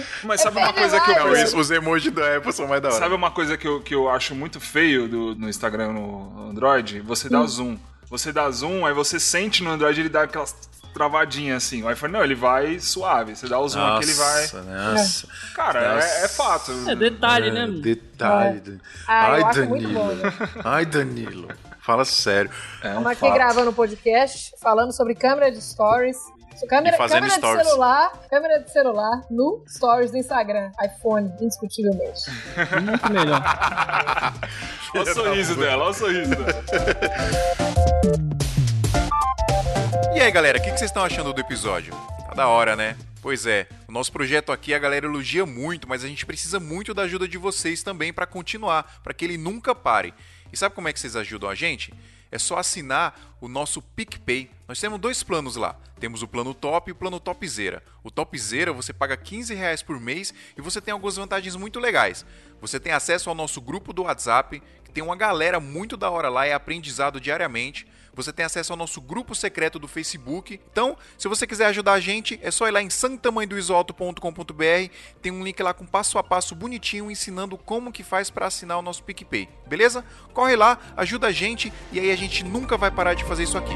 D: É
C: Mas sabe uma
D: bem
C: coisa que eu
A: Não,
D: demais.
C: penso?
A: os, os emojis da Apple são mais da hora.
C: Sabe uma coisa que eu, que eu acho muito feio do- no Instagram, no Android? Você dá zoom. Você dá zoom, aí você sente no Android ele dá aquelas travadinhas assim. O iPhone não, ele vai suave. Você dá o zoom aqui, ele vai.
A: Nossa, nossa.
C: Cara, é,
A: Nossa.
C: é fato.
B: É detalhe, né? mano?
A: Detalhe. Dan-
D: Ah, eu
A: Ai,
D: acho muito
A: Danilo.
D: bom, né?
A: Ai, Danilo. Fala sério.
C: É um
D: Estamos aqui
C: fato.
D: gravando um podcast falando sobre câmera de stories. Câmera,
A: E fazendo
D: câmera de
A: stories.
D: celular, câmera de celular no stories do Instagram. iPhone, indiscutivelmente.
B: Muito melhor.
C: Olha o sorriso dela, olha o sorriso dela.
A: E aí, galera, o que, que vocês estão achando do episódio? Tá da hora, né? Pois é, o nosso projeto aqui a galera elogia muito, mas a gente precisa muito da ajuda de vocês também pra continuar, pra que ele nunca pare. E sabe como é que vocês ajudam a gente? É só assinar o nosso PicPay. Nós temos dois planos lá. Temos o plano top e o plano topzera. O topzera você paga 15 reais por mês e você tem algumas vantagens muito legais. Você tem acesso ao nosso grupo do WhatsApp, que tem uma galera muito da hora lá, é aprendizado diariamente. Você tem acesso ao nosso grupo secreto do Facebook. Então, se você quiser ajudar a gente, é só ir lá em santamandoisoto.com.br. Tem um link lá com passo a passo bonitinho ensinando como que faz para assinar o nosso PicPay. Beleza? Corre lá, ajuda a gente e aí a gente nunca vai parar de fazer isso aqui.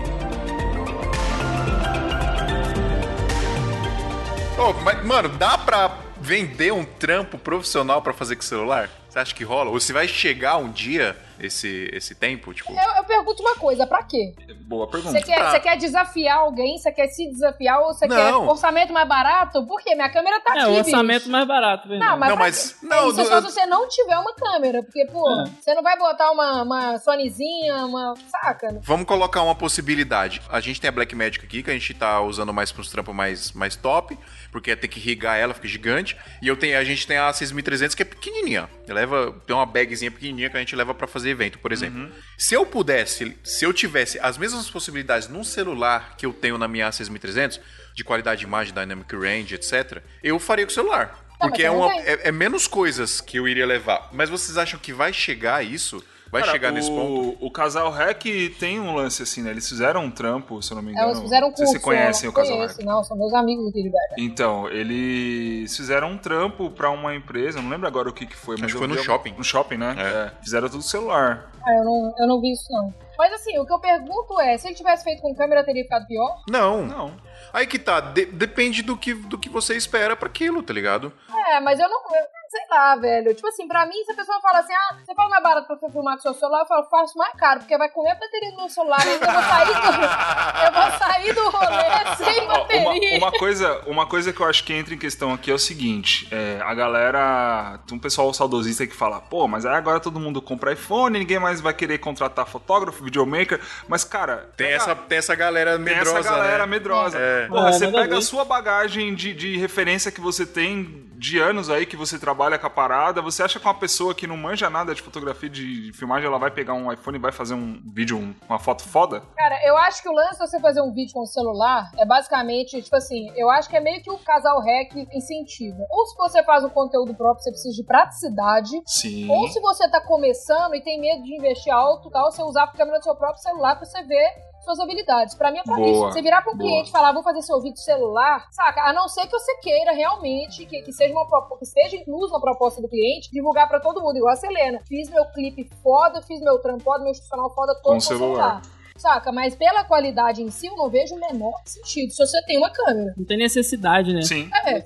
A: Ô, mas, mano, dá pra vender um trampo profissional para fazer com celular? Você acha que rola? Ou se vai chegar um dia esse, esse tempo, tipo...
D: Eu, eu pergunto uma coisa, pra quê?
C: Boa pergunta.
D: Você quer,
A: pra-
D: você quer desafiar alguém? Você quer se desafiar ou você quer
A: Não.
D: orçamento mais barato? Por quê? Minha câmera tá
B: É,
D: aqui,
B: o orçamento
D: bicho.
B: mais barato, velho.
D: Não, mas,
A: Não,
D: pra
A: mas-
D: quê?
A: não,
D: Isso é
A: do-
D: só se você não tiver uma câmera, porque, pô,
B: É.
D: você não vai botar uma, uma Sonyzinha, uma... Saca? É,
A: Vamos colocar uma possibilidade. A gente tem a Black Magic aqui, que a gente tá usando mais pros trampos mais, mais top, porque tem que rigar ela, fica gigante. E eu tenho, a gente tem a 6300, que é pequenininha. Leva, tem uma bagzinha pequenininha que a gente leva pra fazer evento, por exemplo.
C: Uhum.
A: Se eu pudesse, se eu tivesse as mesmas possibilidades num celular que eu tenho na minha 6300, de qualidade de imagem, dynamic range, etc., eu faria com o celular.
D: Não,
A: Porque
D: mas
A: é,
D: você não
A: uma,
D: tem.
A: é, é menos coisas que eu iria levar. Mas vocês acham que vai chegar a isso? Vai
C: Cara,
A: chegar nesse
C: o-
A: ponto?
C: O casal Rec tem um lance assim, né? Eles fizeram um trampo, se eu não me
D: É,
C: engano.
D: eles fizeram um curso.
C: Vocês se conhecem,
D: eu
C: o casal
D: conheço,
C: Rec.
D: não, são meus amigos aqui de Belém.
C: Então, eles fizeram um trampo pra uma empresa, eu não lembro agora o que, que foi, mas
A: Acho que
C: eu
A: foi no
C: vi algum-
A: shopping.
C: No shopping, né?
A: É.
C: É. Fizeram tudo celular.
D: Ah, eu não, eu não vi isso, não. Mas assim, o que eu pergunto é, se ele tivesse feito com câmera, teria ficado pior?
A: Não.
C: Não.
A: Aí que tá, de- depende do que, do que você espera pra aquilo, tá ligado?
D: É, mas eu não... eu- sei lá, velho. Tipo assim, pra mim, se a pessoa fala assim, ah, você fala mais barato pra você filmar com seu celular, eu falo, faço mais caro, porque vai comer a bateria do meu celular ainda, eu vou sair do, eu vou sair do rolê sem
C: Ó,
D: bateria.
C: Uma, uma coisa, uma coisa que eu acho que entra em questão aqui é o seguinte: é, a galera. Tem um pessoal saudosista que fala, pô, mas aí agora todo mundo compra iPhone, ninguém mais vai querer contratar fotógrafo, videomaker. Mas, cara.
A: Tem
C: pega-
A: essa, tem essa galera
C: Ah, tem
A: medrosa,
C: essa
A: né?
C: galera medrosa.
A: É.
C: Porra,
B: É,
C: você
B: nada a
C: pega a
B: ver.
C: sua bagagem de, de referência que você tem de anos aí que você trabalha com a parada, você acha que uma pessoa que não manja nada de fotografia, de filmagem, ela vai pegar um iPhone e vai fazer um vídeo, um- uma foto foda?
D: Cara, eu acho que o lance de você fazer um vídeo com o celular é basicamente, tipo assim, eu acho que é meio que o casal rec incentiva. Ou se você faz um conteúdo próprio, você precisa de praticidade.
C: Sim.
D: Ou se você tá começando e tem medo de investir alto e tal, você usar a câmera do seu próprio celular pra você ver suas habilidades. Pra mim é pra
C: Boa,
D: isso. Você virar pra um
C: boa.
D: cliente e falar, vou fazer seu vídeo celular, saca? A não ser que você queira realmente, que, que seja uma propo- que esteja incluso na proposta do cliente, divulgar pra todo mundo, igual a Selena. Fiz meu clipe foda, fiz meu trampo foda, meu institucional foda, todo
C: Com
D: com
C: celular.
D: celular. Saca? Mas pela qualidade em si, eu não vejo o menor sentido se você tem uma câmera.
B: Não tem necessidade, né?
C: Sim.
D: É.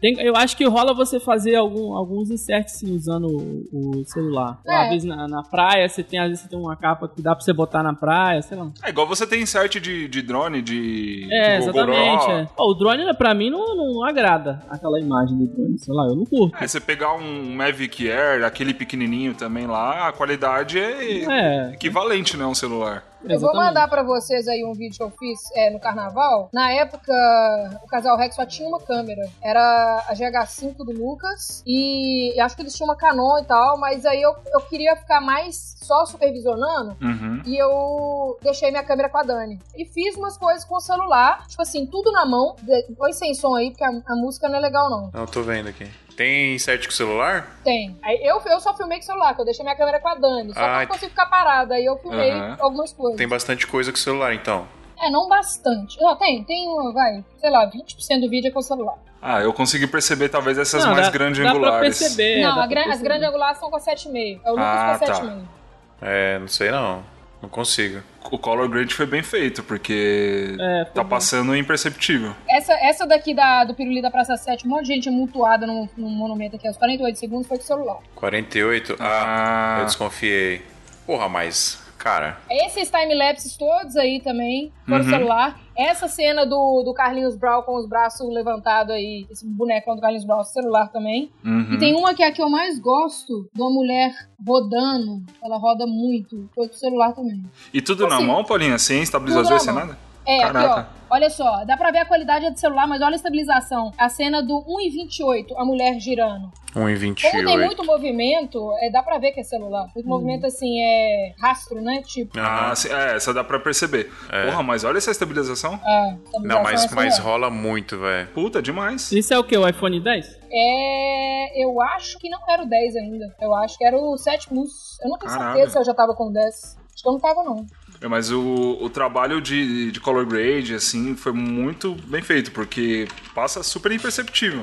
B: Tem- eu acho que rola você fazer algum- alguns inserts sim, usando o, o celular.
D: É.
B: Às vezes na, na praia, você tem, às vezes você tem uma capa que dá pra você botar na praia, sei lá.
C: É igual você tem insert de, de drone, de.
B: É,
C: de gororó.
B: exatamente. é. Ó, o drone, né, pra mim, não, não, não agrada aquela imagem do drone, sei lá, eu não curto.
C: É, você pegar um Mavic Air, aquele pequenininho também lá, a qualidade é
B: É,
C: equivalente, né, a um celular.
D: Eu vou
B: exatamente.
D: mandar pra vocês aí um vídeo que eu fiz é, no carnaval. Na época, o casal Rex só tinha uma câmera. Era a GH5 do Lucas. E acho que eles tinham uma Canon e tal. Mas aí eu, eu queria ficar mais só supervisionando.
C: Uhum.
D: E eu deixei minha câmera com a Dani. E fiz umas coisas com o celular. Tipo assim, tudo na mão. De- Põe sem som aí, porque a, a música não é legal, não.
A: Não, tô vendo aqui. Tem insert com celular?
D: Tem. Aí eu, eu só filmei com o celular, que eu deixei minha câmera com a Dani. Só que eu
A: Ah,
D: não consigo ficar parada. Aí eu filmei
C: Aham.
D: algumas coisas.
A: Tem bastante coisa com celular, então.
D: É, não bastante. Não, tem, tem, vai, sei lá, 20% do vídeo é com o celular.
C: Ah, eu consegui perceber talvez essas
B: Não,
C: mais
B: dá-
C: grandes
B: dá pra
C: angulares.
B: perceber.
D: não, a
B: dá pra
D: gran- as
B: perceber.
D: grandes angulares são com 7,5. É o Lucas
C: Ah,
D: com
C: tá.
D: 7,5.
A: É, não sei não. Não consigo.
C: O Color Grade foi bem feito, porque
B: É,
C: tá passando imperceptível.
D: Essa, essa daqui da, do Piruli da Praça 7, um monte de gente mutuada num, num monumento aqui aos 48 segundos foi com o celular.
A: 48? Ah, eu
C: Ah,
A: desconfiei. Porra, mas, cara,
D: Esses time-lapses todos aí também foram
C: Uhum.
D: celular. Essa cena do, do Carlinhos Brown com os braços levantados aí, esse bonecão do Carlinhos Brown, celular também.
C: uhum.
D: E tem uma que é a que eu mais gosto, de uma mulher rodando. Ela roda muito, foi com o celular também.
C: E tudo na
D: assim,
C: mão, Paulinha? Sem estabilizador,
D: tudo
C: sem
D: na
C: nada?
D: É,
C: Caraca.
D: aqui, ó. Olha só, dá pra ver a qualidade do celular, mas olha a estabilização. A cena do 1,28, a mulher girando. Como tem
A: 1,28.
D: muito movimento, é, dá pra ver que é celular.
C: Hum.
D: Muito movimento, assim, é rastro, né? Tipo,
C: Ah, sim, é, essa dá pra perceber.
A: É.
C: Porra, mas olha essa estabilização.
D: é,
A: Não,
D: estabilização é
A: mas,
D: assim,
A: mas
D: ó.
A: rola muito, velho.
C: Puta, demais.
B: Isso é o que? O iPhone 10?
D: É, eu acho que não era o 10 ainda. Eu acho que era o 7 Plus. Eu não tenho
C: Caralho.
D: certeza se eu já tava com o 10. Acho que eu não tava, não.
C: É, Mas o, o trabalho de, de color grade, assim, foi muito bem feito, porque passa super imperceptível.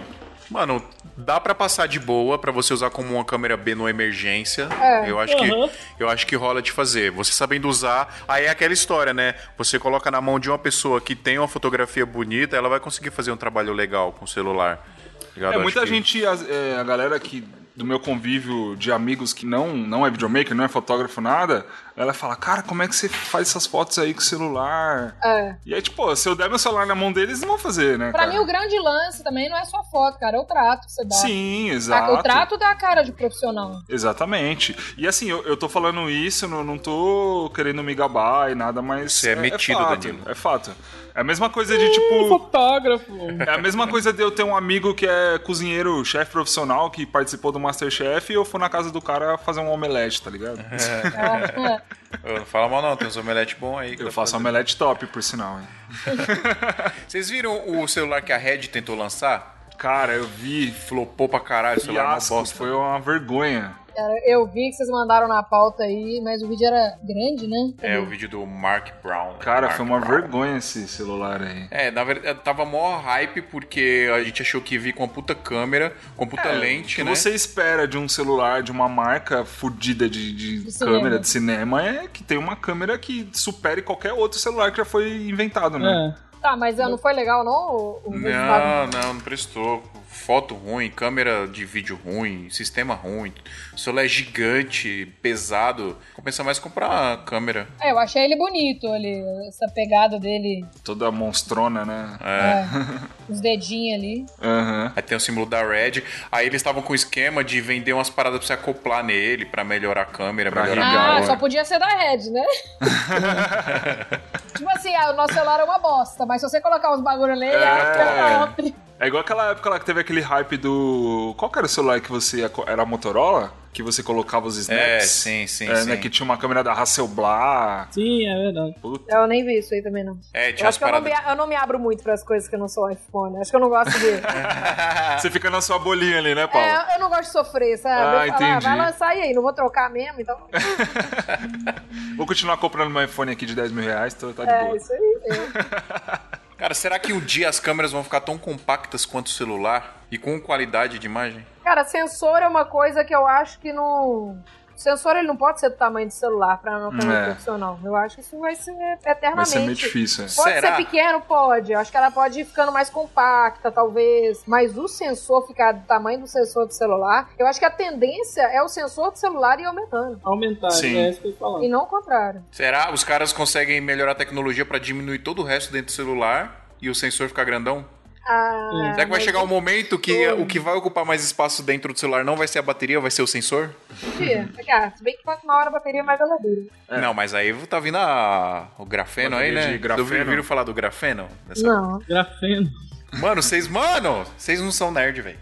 A: Mano, dá pra passar de boa pra você usar como uma câmera B numa emergência.
D: É.
A: Eu acho
B: Aham.
A: que eu acho que rola de fazer. Você sabendo usar, aí é aquela história, né? Você coloca na mão de uma pessoa que tem uma fotografia bonita, ela vai conseguir fazer um trabalho legal com o celular. Ligado?
C: É,
A: Acho
C: muita
A: que-
C: gente, as- é, a, galera que do meu convívio de amigos que não, não é videomaker, não é fotógrafo, nada, ela fala, cara, como é que você faz essas fotos aí com o celular?
D: É.
C: E aí, tipo, se eu der meu celular na mão deles, não vão fazer, né,
D: Pra
C: cara?
D: mim, o grande lance também não é só foto, cara. É o trato que você dá.
C: Sim,
D: Saca?
C: exato.
D: O trato dá a cara de profissional.
C: Exatamente. E assim, eu, eu tô falando isso, não, não tô querendo me gabar e nada, mas.
A: Você é metido,
C: é fato,
A: Danilo.
C: É fato. É a mesma coisa de tipo.
B: Fotógrafo.
C: É a mesma coisa de eu ter um amigo que é cozinheiro, chefe profissional, que participou do Masterchef e eu fui na casa do cara fazer um omelete, tá ligado?
A: É,
D: Ah,
A: Ô, não fala mal não, tem uns omelete bom aí. que
C: Eu
A: dá
C: faço
A: pra fazer.
C: omelete top, por sinal, hein?
A: Vocês viram o celular que a Red tentou lançar?
C: Cara, eu vi.
A: Flopou pra caralho, o celular é uma
C: Fiasco,
A: bosta.
C: foi uma vergonha.
D: cara, eu vi que vocês mandaram na pauta aí, mas o vídeo era grande, né?
A: É o vídeo do Mark Brown.
C: Cara,
A: Mark
C: foi uma
A: Brown.
C: vergonha esse celular aí.
A: É, na verdade, tava mó hype porque a gente achou que ia vir com uma puta câmera, com uma puta
C: É, o
A: lente,
C: que
A: né?
C: você espera de um celular, de uma marca fodida de, de
D: De cinema.
C: câmera, de cinema, é que tem uma câmera que supere qualquer outro celular que já foi inventado, né?
B: É.
D: Tá, mas ah, não foi legal, não? O, o resultado?
A: Não, não, não prestou. Foto ruim, câmera de vídeo ruim, sistema ruim. O celular é gigante, pesado. Compensa mais comprar a câmera.
D: É, eu achei ele bonito, ele, essa pegada dele,
C: Toda monstrona, né?
A: É.
D: os dedinhos ali.
C: Aham.
A: Aí tem o símbolo da Red. Aí eles estavam com o esquema de vender umas paradas pra você acoplar nele, pra melhorar a câmera,
C: Pra
A: melhorar
C: ligar,
A: a
D: Ah,
C: né?
A: câmera.
D: só podia ser da Red, né? tipo assim, ah, o nosso celular é uma bosta, mas se você colocar uns bagulho nele,
C: É.
D: é top.
C: É igual aquela época lá que teve aquele hype do. Qual que era o celular que você. ia co- Era a Motorola? Que você colocava os snaps?
A: É, sim, sim,
C: É,
A: sim.
C: né, que tinha uma câmera da Hasselblad.
B: Sim, é verdade.
D: Eu nem vi isso aí também, não.
A: É,
D: Eu
A: tinha umas
D: acho que eu não,
A: paradas.
D: me, eu não me abro muito pras coisas que eu não sou iPhone. Acho que eu não gosto de.
C: Você fica na sua bolinha ali, né, Paulo?
D: É, eu não gosto de sofrer, sabe?
C: Ah,
D: eu falo, ah,
C: entendi.
D: vai lançar e aí, não vou trocar mesmo, então.
C: Vou continuar comprando meu iPhone aqui de 10 mil reais, então tá de
D: É
C: boa.
D: isso aí.
A: Cara, será que um dia as câmeras vão ficar tão compactas quanto o celular? E com qualidade de imagem?
D: Cara, sensor é uma coisa que eu acho que não. O sensor ele não pode ser do tamanho do celular pra não
C: É.
D: ficar profissional. Eu acho que isso vai ser eternamente.
C: Vai ser meio difícil, né?
D: Pode
A: Será?
D: ser pequeno? Pode. Eu acho que ela pode ir ficando mais compacta, talvez. Mas o sensor ficar do tamanho do sensor do celular, eu acho que a tendência é o sensor do celular ir aumentando.
B: Aumentar,
C: Sim.
B: é isso que eu ia falar.
D: E não o contrário.
A: Será? Os caras conseguem melhorar a tecnologia pra diminuir todo o resto dentro do celular e o sensor ficar grandão?
D: Ah,
A: Será que vai
D: mas
A: chegar um momento que o que vai ocupar mais espaço dentro do celular não vai ser a bateria, vai ser o sensor?
C: Uhum.
D: mentira. Cara, se bem que quanto na hora a bateria mais ela dura.
A: Não, mas aí tá vindo a... o grafeno aí,
C: Bateria
A: né?
C: de grafeno.
A: Vocês ouviram falar do grafeno? Nessa-
D: Não.
B: Grafeno.
A: Mano, vocês, mano, vocês não são nerd, velho.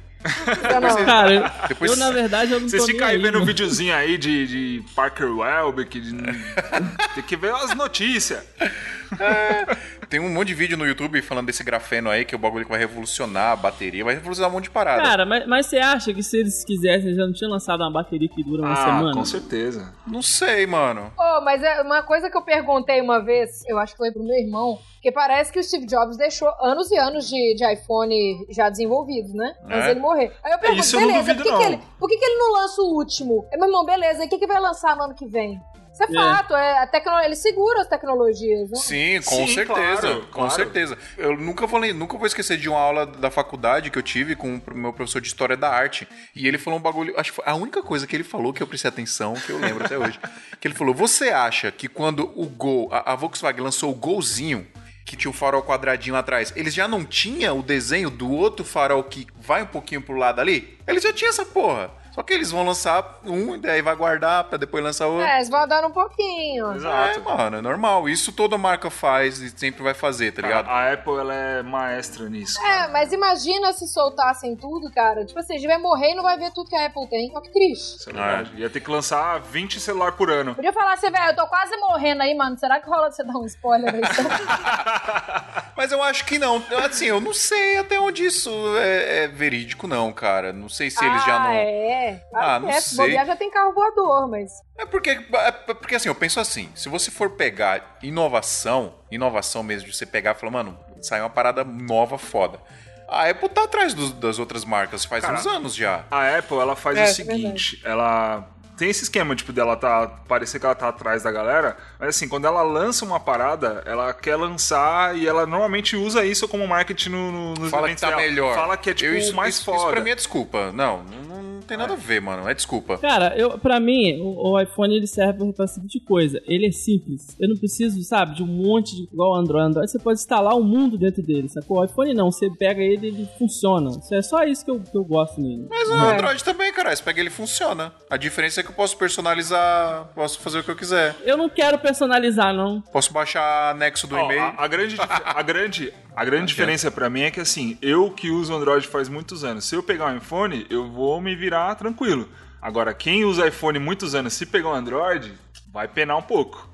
D: Eu não.
B: Cara, eu-
A: Depois
B: Ah, eu na verdade eu não né?
C: Vocês
B: tô nem
C: ficam aí vendo um
B: mano.
C: videozinho aí de, de Parker Welbeck, de... tem que ver as notícias.
A: tem um monte de vídeo no YouTube falando desse grafeno aí, que é o bagulho que vai revolucionar a bateria, vai revolucionar um monte de parada.
B: Cara, mas, mas você acha que se eles quisessem, eles já não tinham lançado uma bateria que dura uma
C: Ah,
B: semana?
C: com certeza.
A: Não sei, mano.
D: Oh, mas é uma coisa que eu perguntei uma vez, eu acho que foi pro meu irmão, que parece que o Steve Jobs deixou anos e anos de, de iPhone já desenvolvidos, né? Antes
A: É.
D: ele morrer. Aí eu pergunto,
C: isso eu não
D: beleza,
C: duvido,
D: por, que, que
C: não.
D: ele, por que, que ele não lança o último? É, meu irmão, beleza, e o que, que vai lançar no ano que vem? Isso é, fato, é, a tecno... ele segura as tecnologias, né?
A: Sim, com
C: Sim,
A: certeza.
C: claro,
A: com
C: claro.
A: certeza. Eu nunca vou, lem- nunca vou esquecer de uma aula da faculdade que eu tive com o meu professor de História da Arte. E ele falou um bagulho. Acho que foi a única coisa que ele falou que eu prestei atenção, que eu lembro até hoje. Que ele falou: Você acha que quando o Gol, a, a Volkswagen lançou o Golzinho. Que tinha o farol quadradinho lá atrás. Eles já não tinham o desenho do outro farol que vai um pouquinho pro lado ali? Eles já tinham essa porra. Só que eles vão lançar um, e daí vai guardar pra depois lançar outro.
D: É, eles vão andando um pouquinho.
A: É,
C: Exato.
A: mano, é normal. Isso toda marca faz e sempre vai fazer, tá ligado?
C: A, a Apple, ela é maestra nisso.
D: É, mas imagina se soltassem tudo, cara. Tipo assim, a gente vai morrer e não vai ver tudo que a Apple tem. Olha que triste.
C: Isso é verdade. Ia ter que lançar 20 celular por ano.
D: Podia falar assim, velho, eu tô quase morrendo aí, mano. Será que rola você dar um spoiler aí?
A: Mas eu acho que não. Eu, Assim, eu não sei até onde isso é, é verídico, não, cara. Não sei se eles já não.
D: Ah,
A: É,
D: é.
A: Ah,
D: Ah,
A: não
D: não
A: sei.
D: é. Se bobear já tem carro voador, mas...
A: porque, é porque assim, eu penso assim: se você for pegar inovação, inovação mesmo, de você pegar e falar, mano, sai uma parada nova foda. A Apple tá atrás dos- das outras marcas faz
C: Cara,
A: uns anos já.
C: A Apple, ela faz
D: É,
C: o
D: isso é
C: seguinte, ela tem esse esquema, tipo, dela tá, parecer que ela tá atrás da galera, mas assim, quando ela lança uma parada, ela quer lançar e ela normalmente usa isso como marketing no, no, nos
A: Fala que
C: eventos
A: tá
C: dela.
A: melhor.
C: Fala que é, tipo,
A: Eu- isso,
C: mais
A: isso,
C: foda.
A: Isso pra mim é desculpa. Não, não, não tem nada a ver, mano. É desculpa.
B: Cara, eu, pra mim, o, o iPhone ele serve pra- pra seguinte coisa: ele é simples. Eu não preciso, sabe, de um monte de. igual o Android. Android você pode instalar o mundo dentro dele, sacou? O iPhone não, você pega ele e ele funciona. Isso É só isso que eu, que eu gosto nele.
A: Mas o Android também, cara. Você pega ele e funciona. A diferença é que eu posso personalizar, posso fazer o que eu quiser.
B: Eu não quero personalizar, não.
A: Posso baixar anexo do
C: Ó,
A: e-mail. Tá
C: a, a grande, dif- a grande, a grande diferença pra mim é que assim, eu que uso Android faz muitos anos, se eu pegar um iPhone, eu vou me virar tranquilo. Agora, quem usa iPhone muitos anos, se pegar um Android, vai penar um pouco.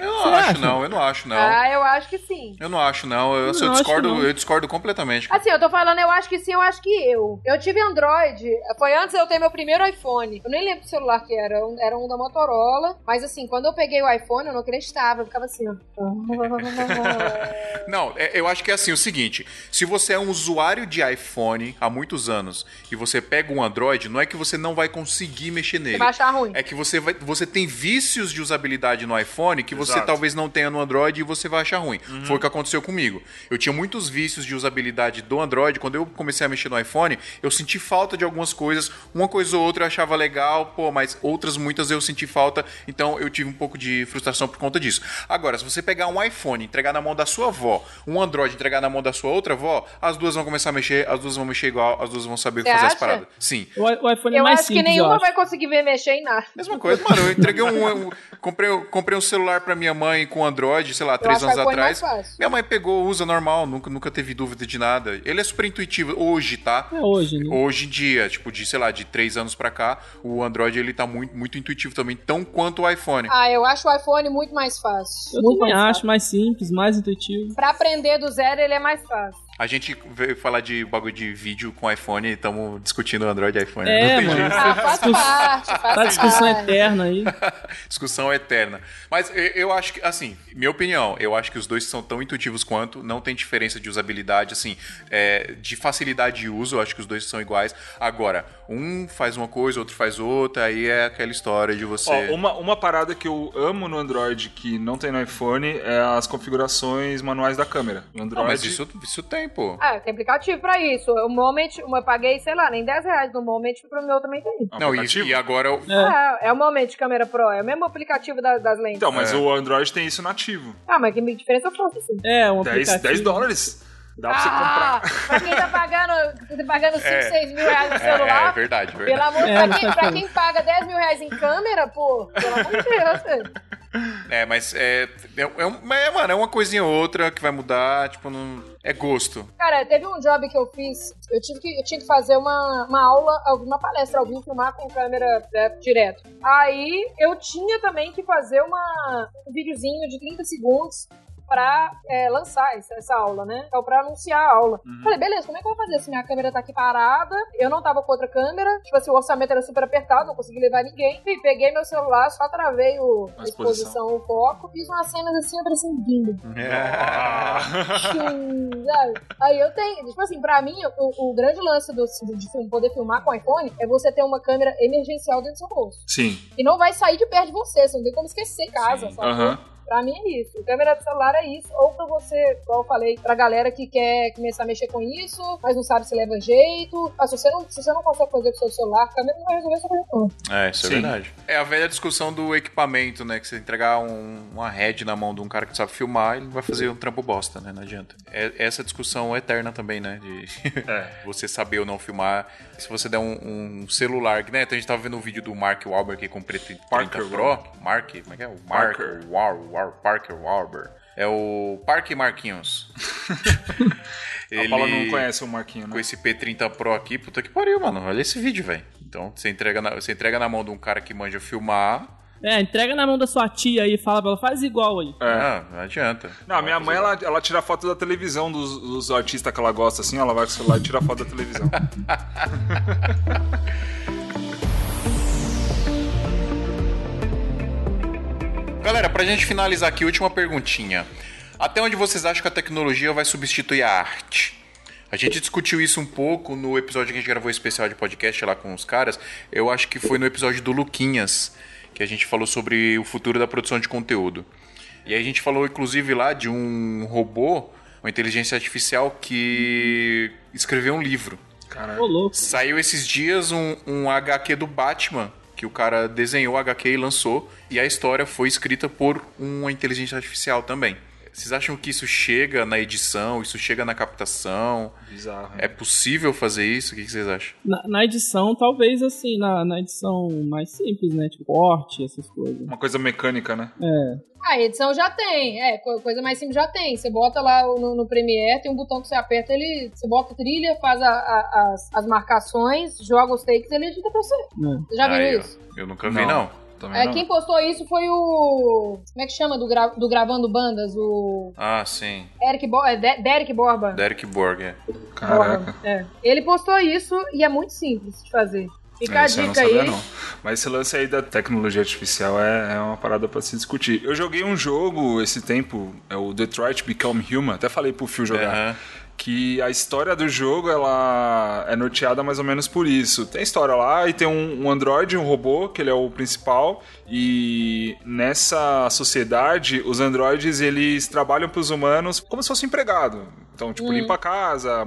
A: Eu não acho, não. Eu não acho, não.
D: Ah, eu acho que sim.
A: Eu não acho, não. Eu, assim, eu
B: Não, acho
A: discordo,
B: não.
A: eu discordo completamente. cara.
D: Assim, eu tô falando, eu acho que sim, eu acho que eu. Eu tive Android, foi antes de eu ter meu primeiro iPhone. Eu nem lembro que celular que era, um- era um da Motorola. Mas assim, quando eu peguei o iPhone, eu não acreditava, eu ficava assim, ó.
A: Não, é- eu acho que é assim, o seguinte. Se você é um usuário de iPhone há muitos anos e você pega um Android, não é que você não vai conseguir mexer nele.
D: Vai achar ruim.
A: É que você, vai, você tem vícios trechos de usabilidade no iPhone que você
C: Exato.
A: talvez não tenha no Android e você vai achar ruim. Foi o que aconteceu comigo. Eu tinha muitos vícios de usabilidade do Android. Quando eu comecei a mexer no iPhone, eu senti falta de algumas coisas. Uma coisa ou outra eu achava legal, pô, mas outras muitas eu senti falta. Então eu tive um pouco de frustração por conta disso. Agora, se você pegar um iPhone, e entregar na mão da sua avó, um Android entregar na mão da sua outra avó, as duas vão começar a mexer, as duas vão mexer igual, as duas vão saber
D: Você
A: fazer as
D: acha?
A: paradas. Sim.
B: O, i- o iPhone é
D: Eu
B: mais
D: acho que
B: simples, eu
D: nenhuma
B: acho.
D: vai conseguir ver mexer em nada.
A: Mesma coisa, mano. Eu entreguei um. eu comprei, eu comprei um celular pra minha mãe com Android, sei lá, três
D: acho
A: anos
D: que é a coisa
A: atrás.
D: mais fácil.
A: Minha mãe pegou, usa normal, nunca, nunca teve dúvida de nada. Ele é super intuitivo hoje, tá?
B: É hoje, né?
A: Hoje em dia, tipo, de, sei lá, de três anos pra cá, o Android ele tá muito, muito intuitivo também, tão quanto o iPhone.
D: Ah, eu acho o iPhone muito mais fácil.
B: Eu
D: muito
B: também
D: mais
B: acho mais simples, mais intuitivo.
D: Fácil. Pra aprender do zero, ele é mais fácil.
A: A gente veio falar de bagulho de vídeo com iPhone e tamo discutindo Android e iPhone. né?
B: É,
A: Não tem
B: mano.
A: jeito.
D: Ah, faz
B: discuss-
D: parte, faz
B: Tá discussão
D: parte.
B: eterna aí.
A: Discussão eterna. Mas eu, eu acho que, assim, minha opinião, eu acho que os dois são tão intuitivos quanto, não tem diferença de usabilidade, assim, é, de facilidade de uso, eu acho que os dois são iguais. Agora, um faz uma coisa, outro faz outra, aí é aquela história de você.
C: Ó, uma, uma parada que eu amo no Android que não tem no iPhone é as configurações manuais da câmera. No Android,
A: Não, mas isso, isso tem, pô.
D: Ah, tem aplicativo pra isso. O Moment, eu paguei, sei lá, nem 10 reais no Moment, pro meu também tem.
C: é um
A: Não, e,
C: aplicativo.
A: e agora eu-
D: Ah, é o Moment Câmera Pro, é o mesmo aplicativo da- das lentes.
C: Então, mas
A: É.
C: o Android tem isso nativo.
D: Ah, mas que diferença faz assim?
B: É, um
C: 10,
B: aplicativo.
C: 10 dólares. Dá pra você
D: Ah,
C: comprar.
D: pra quem tá pagando, tá pagando 5,
A: É.
D: 6 mil reais no
A: É, é,
D: celular,
A: verdade, verdade.
D: pelo amor de
B: É,
D: Deus, pra,
B: não faz
D: quem- pra
B: diferença.
D: quem paga 10 mil reais em câmera, pô, pelo amor de Deus, velho.
A: É, mas é, é, é um- mas é, mano, é uma coisinha ou outra que vai mudar, tipo, não, é gosto.
D: Cara, teve um job que eu fiz, eu, tive que, eu tinha que fazer uma, uma aula, uma palestra ao vivo, filmar com câmera né, direto. Aí eu tinha também que fazer uma, um videozinho de 30 segundos pra é, lançar essa, essa aula, né? Então, pra anunciar a aula. Falei, beleza, como é que eu vou fazer se minha câmera tá aqui parada? Eu não tava com outra câmera, tipo assim, o orçamento era super apertado, não consegui levar ninguém. Fui, peguei meu celular, só travei o,
C: A
D: a exposição, o foco, fiz umas cenas assim, aparecendo Sim, sabe? Aí eu tenho, tipo assim, pra mim, o, o grande lance do, assim, de film- poder filmar com iPhone é você ter uma câmera emergencial dentro do seu bolso.
C: Sim.
D: E não vai sair de perto de você, você não tem como esquecer em casa, sabe?
C: Aham.
D: Pra mim é isso. Câmera do celular é isso. Ou pra você, igual eu falei, pra galera que quer começar a mexer com isso, mas não sabe se leva jeito. Ah, se, você não, se você não consegue fazer com o seu celular, a câmera não vai resolver seu problema.
A: É, isso
C: é verdade.
A: É a velha discussão do equipamento, né? Que você entregar um- uma head na mão de um cara que sabe filmar, ele vai fazer um trampo bosta, né? Não adianta. É essa discussão eterna também, né? De
C: É.
A: você saber ou não filmar. Se você der um, um celular, que, né? A gente tava vendo um vídeo do Mark Wahlberg aqui com o preto e 30
C: Parker né?
A: Pro. Mark, como é que é? O Mark
C: Parker.
A: Wahl, Wahl, Parker Wahlberg. É o Parque Marquinhos.
C: A Paula não conhece o Marquinho,
A: com
C: né?
A: esse P30 Pro aqui, puta que pariu, mano. Olha esse vídeo, velho. Então, você entrega, na, você entrega na mão de um cara que manja filmar.
B: É, entrega na mão da sua tia aí e fala pra ela, faz igual aí.
A: Ah, não adianta.
C: Não, minha mãe, ela, ela tira foto da televisão dos, dos artistas que ela gosta, assim. Ela vai com o celular e tira foto da televisão.
A: Galera, pra gente finalizar aqui, última perguntinha. Até onde vocês acham que a tecnologia vai substituir a arte? A gente discutiu isso um pouco no episódio que a gente gravou especial de podcast lá com os caras. Eu acho que foi no episódio do Luquinhas, que a gente falou sobre o futuro da produção de conteúdo. E aí a gente falou, inclusive, lá de um robô, uma inteligência artificial, que escreveu um livro.
C: Caralho.
B: Ô, louco.
A: Saiu esses dias um, um HQ do Batman, que o cara desenhou o HQ e lançou, e a história foi escrita por uma inteligência artificial também. Vocês acham que isso chega na edição, isso chega na captação?
C: Bizarro.
A: É possível fazer isso? O que que vocês acham?
B: Na, na edição, talvez assim, na, na edição mais simples, né? Tipo, corte, essas coisas. É.
C: Uma coisa mecânica, né?
D: Ah, A edição já tem, é, co- coisa mais simples já tem. Você bota lá no, no Premiere, tem um botão que você aperta, ele, você bota a trilha, faz a- a- as, as marcações, joga os takes, ele edita pra você.
B: né?
D: Você já viu
A: Aí, ó,
D: isso?
A: Eu nunca vi,
C: Não.
A: não.
C: Também
D: É,
C: não.
D: quem postou isso foi o. Como é que chama do, gra- do Gravando Bandas? O
A: Ah, sim.
D: Eric Bo- é, De- Derek Borba.
A: Derek Borg, é.
C: Caraca.
D: Borba, é. Ele postou isso e é muito simples de fazer. Fica
C: É,
D: a
C: isso eu não
D: dica aí.
C: sabia, não. Mas esse lance aí da tecnologia artificial é, é uma parada pra se discutir. Eu joguei um jogo esse tempo, é o Detroit Become Human, até falei pro Phil jogar.
A: Aham.
C: que a história do jogo ela é norteada mais ou menos por isso. Tem história lá e tem um, um androide, um robô, que ele é o principal, e nessa sociedade os androides eles trabalham para os humanos como se fosse um empregado. Então, tipo, limpa a casa,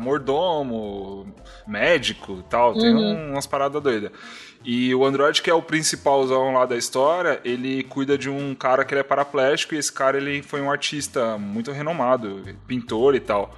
C: mordomo, médico e tal, tem um- umas paradas doidas. E o Android, que é o principalzão lá da história, ele cuida de um cara que ele é paraplégico e esse cara ele foi um artista muito renomado, pintor e tal.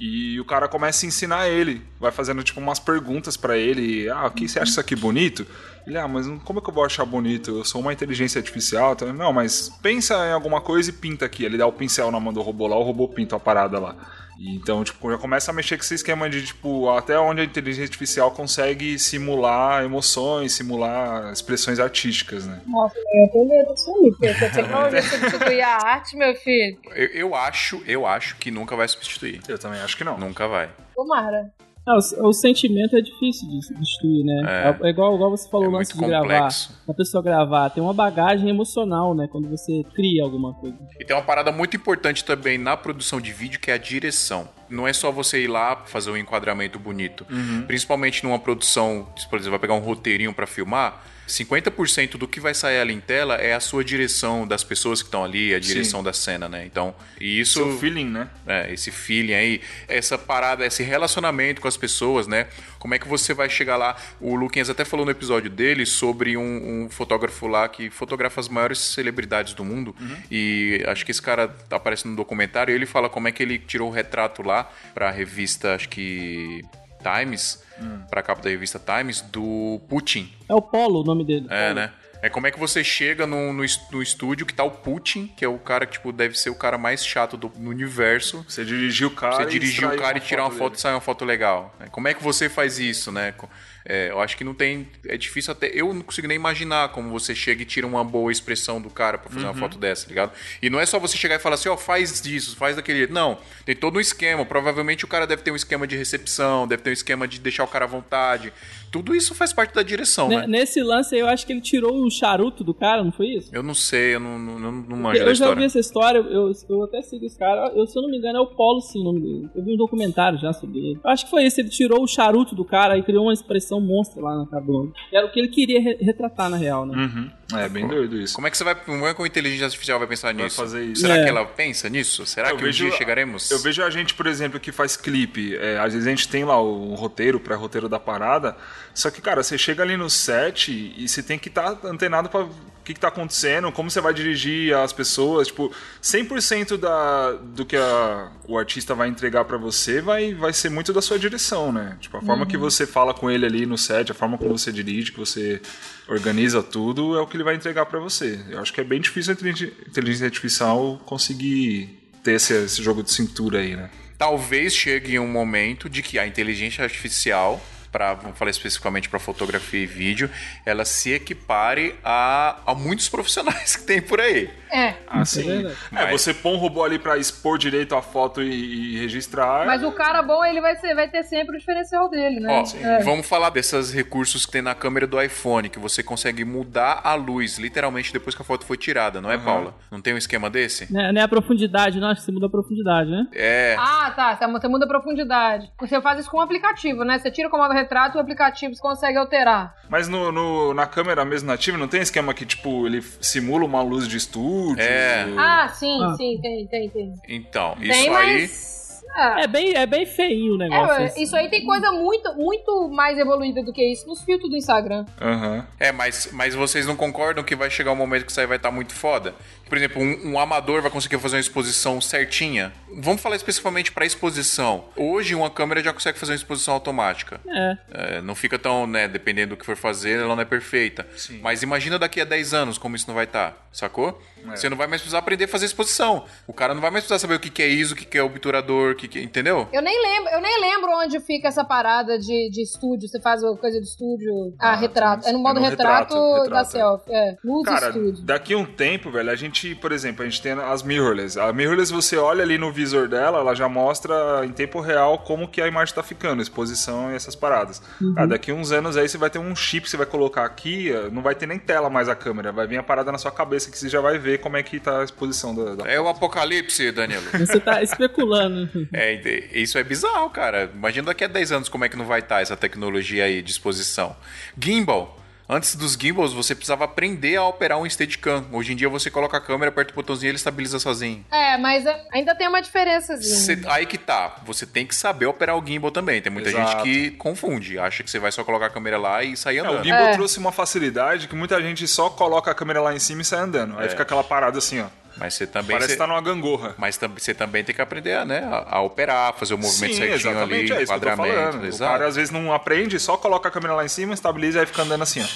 C: E o cara começa a ensinar ele, vai fazendo tipo umas perguntas pra ele, ah, o que você acha isso aqui bonito? Ele, ah, mas como é que eu vou achar bonito? Eu sou uma inteligência artificial, então, não, mas pensa em alguma coisa e pinta aqui. Ele dá o pincel na mão do robô lá, o robô pinta a parada lá. E então, tipo, já começa a mexer com esse esquema de, tipo, até onde a inteligência artificial consegue simular emoções, simular expressões artísticas, né?
D: Nossa, eu tenho medo disso aí, porque se a tecnologia substituir a arte, meu filho,
A: Eu, eu acho, eu acho que nunca vai substituir.
C: Eu também acho que não.
A: Nunca vai.
D: tomara.
B: Ah, o, o sentimento é difícil de substituir, né? É, igual, igual você falou
A: é
B: o lance
A: muito
B: de gravar.
A: complexo.
B: A pessoa gravar tem uma bagagem emocional, né? Quando você cria alguma coisa.
A: E tem uma parada muito importante também na produção de vídeo, que é a direção. Não é só você ir lá fazer um enquadramento bonito. Principalmente numa produção, se, por exemplo, vai pegar um roteirinho pra filmar, 50% do que vai sair ali em tela é a sua direção das pessoas que estão ali, a direção da cena, né? Então, e isso
C: Seu feeling, né?
A: né? Esse feeling aí, essa parada, esse relacionamento com as pessoas, né? Como é que você vai chegar lá? O Luquinhas até falou no episódio dele sobre um, um fotógrafo lá que fotografa as maiores celebridades do mundo. E acho que esse cara aparece no documentário e ele fala como é que ele tirou o retrato lá pra revista, acho que. Times, pra capa da revista Times, do Putin.
B: É o Polo o nome dele.
A: É, né? É como é que você chega no, no, es- no estúdio que tá o Putin, que é o cara que, tipo, deve ser o cara mais chato do no universo.
C: Você dirigiu o cara
A: Você
C: e
A: dirigir o
C: extrair
A: cara e tirar uma foto e
C: dele.
A: sair uma foto legal. né? Como é que você faz isso, né? Co- é, eu acho que não tem. É difícil até. Eu não consigo nem imaginar como você chega e tira uma boa expressão do cara pra fazer
C: Uhum.
A: uma foto dessa, ligado? E não é só você chegar e falar assim, ó, faz isso, faz daquele jeito. Não, tem todo um esquema. Provavelmente o cara deve ter um esquema de recepção, deve ter um esquema de deixar o cara à vontade. Tudo isso faz parte da direção,
B: Ne-
A: né?
B: Nesse lance aí, eu acho que ele tirou o charuto do cara, não foi isso?
A: Eu não sei, eu não, não, não, não manjo da
B: Eu já
A: história.
B: ouvi essa história, eu, eu até sigo esse cara. Eu, se eu não me engano, é o Polo, sim, o nome dele. Eu vi um documentário já sobre ele. Eu acho que foi esse, ele tirou o charuto do cara e criou uma expressão monstra lá na cara do homem. Era o que ele queria re- retratar, na real, né?
C: Uhum. É, bem doido isso.
A: Como é que você vai. Como é que a inteligência artificial vai pensar nisso?
C: fazer isso.
A: Será
B: É.
A: que ela pensa nisso? Será
C: Eu
A: que
C: vejo-
A: um dia chegaremos?
C: Eu vejo a gente, por exemplo, que faz clipe. é, às vezes a gente tem lá o roteiro, para roteiro da parada. Só que, cara, você chega ali no set e você tem que estar antenado para o que, que tá acontecendo, como você vai dirigir as pessoas. Tipo, 100% da, do que a- o artista vai entregar para você vai, vai ser muito da sua direção, né? Tipo, a forma
A: Uhum.
C: que você fala com ele ali no set, a forma como você dirige, que você organiza tudo, é o que ele vai entregar para você. Eu acho que é bem difícil a intelig- inteligência artificial conseguir ter esse, esse jogo de cintura aí, né?
A: talvez chegue um momento de que a inteligência artificial para vamos falar especificamente para fotografia e vídeo, ela se equipare a, a muitos profissionais que tem por aí.
D: É,
C: Ah,
B: É
C: sim.
B: verdade.
C: É, você põe um robô ali pra expor direito a foto e, e registrar.
D: mas o cara bom, ele vai, ser, vai ter sempre o diferencial dele, né?
A: Ó,
D: É.
A: vamos falar desses recursos que tem na câmera do iPhone, que você consegue mudar a luz literalmente depois que a foto foi tirada, não é, Paula? Não tem um esquema desse?
B: Né, né, a profundidade, não, acho que você muda a profundidade, né?
A: É,
D: Ah, tá. Você muda- muda a profundidade. Você faz isso com o aplicativo, né? Você tira o comando retrato e o aplicativo você consegue alterar.
C: Mas no, no- na câmera mesmo nativa não tem esquema que, tipo, ele simula uma luz de estúdio?
A: É.
D: Ah, sim,
B: Ah.
D: sim, tem, tem, tem.
A: então,
D: tem,
A: isso aí.
D: mas. Ah,
B: É bem, é bem feinho o negócio.
D: é,
B: assim.
D: isso aí tem coisa muito, muito mais evoluída do que isso nos filtros do Instagram.
C: Aham.
A: É, mas, mas vocês não concordam que vai chegar um momento que isso aí vai estar muito foda? Por exemplo, um, um amador vai conseguir fazer uma exposição certinha? Vamos falar especificamente para exposição. Hoje, uma câmera já consegue fazer uma exposição automática.
B: É.
A: É, não fica tão, né, dependendo do que for fazer, ela não é perfeita. Mas imagina daqui a 10 anos como isso não vai estar, sacou? Você não vai mais precisar aprender a fazer exposição. O cara não vai mais precisar saber o que, que é ISO, o que, que é obturador, o que, que entendeu?
D: Eu nem lembro, eu nem lembro onde fica essa parada de, de estúdio. Você faz uma coisa de estúdio. Ah,
C: Ah,
D: retrato.
C: sim.
D: É no modo
C: É no
D: retrato,
C: retrato,
D: da
C: retrato,
D: selfie. É, luz
C: Cara,
D: estúdio.
C: daqui a um tempo, velho, a gente, por exemplo, a gente tem as mirrorless. A mirrorless, você olha ali no visor dela, ela já mostra em tempo real como que a imagem tá ficando, exposição e essas paradas. Ah, daqui a uns anos aí você vai ter um chip que você vai colocar aqui, eh, não vai ter nem tela mais a câmera, vai vir a parada na sua cabeça que você já vai ver como é que tá a exposição da... da-
A: É o apocalipse, Danilo.
B: Você tá especulando.
A: É, ent- isso é bizarro, cara. Imagina daqui a 10 anos como é que não vai estar essa tecnologia aí à disposição. Gimbal. Antes dos gimbals, você precisava aprender a operar um Steadicam. Hoje em dia, você coloca a câmera, aperta o botãozinho e ele estabiliza sozinho.
D: É, mas a- ainda tem uma diferençazinha.
A: Cê- aí que tá. Você tem que saber operar o gimbal também. Tem muita gente
C: Exato.
A: que confunde. Acha que você vai só colocar a câmera lá e sair
C: É, o
A: andando.
C: gimbal
D: É.
C: trouxe uma facilidade que muita gente só coloca a câmera lá em cima e sai andando. Aí fica aquela parada assim, ó.
A: Mas você também...
C: Parece
A: cê-
C: que tá numa gangorra.
A: Mas tam- você também tem que aprender né, a, a operar, fazer o movimento certinho ali,
C: é isso que eu tô
A: enquadramento.
C: falando. O
A: exato.
C: cara às vezes não aprende, só coloca a câmera lá em cima, estabiliza e aí fica andando assim, ó.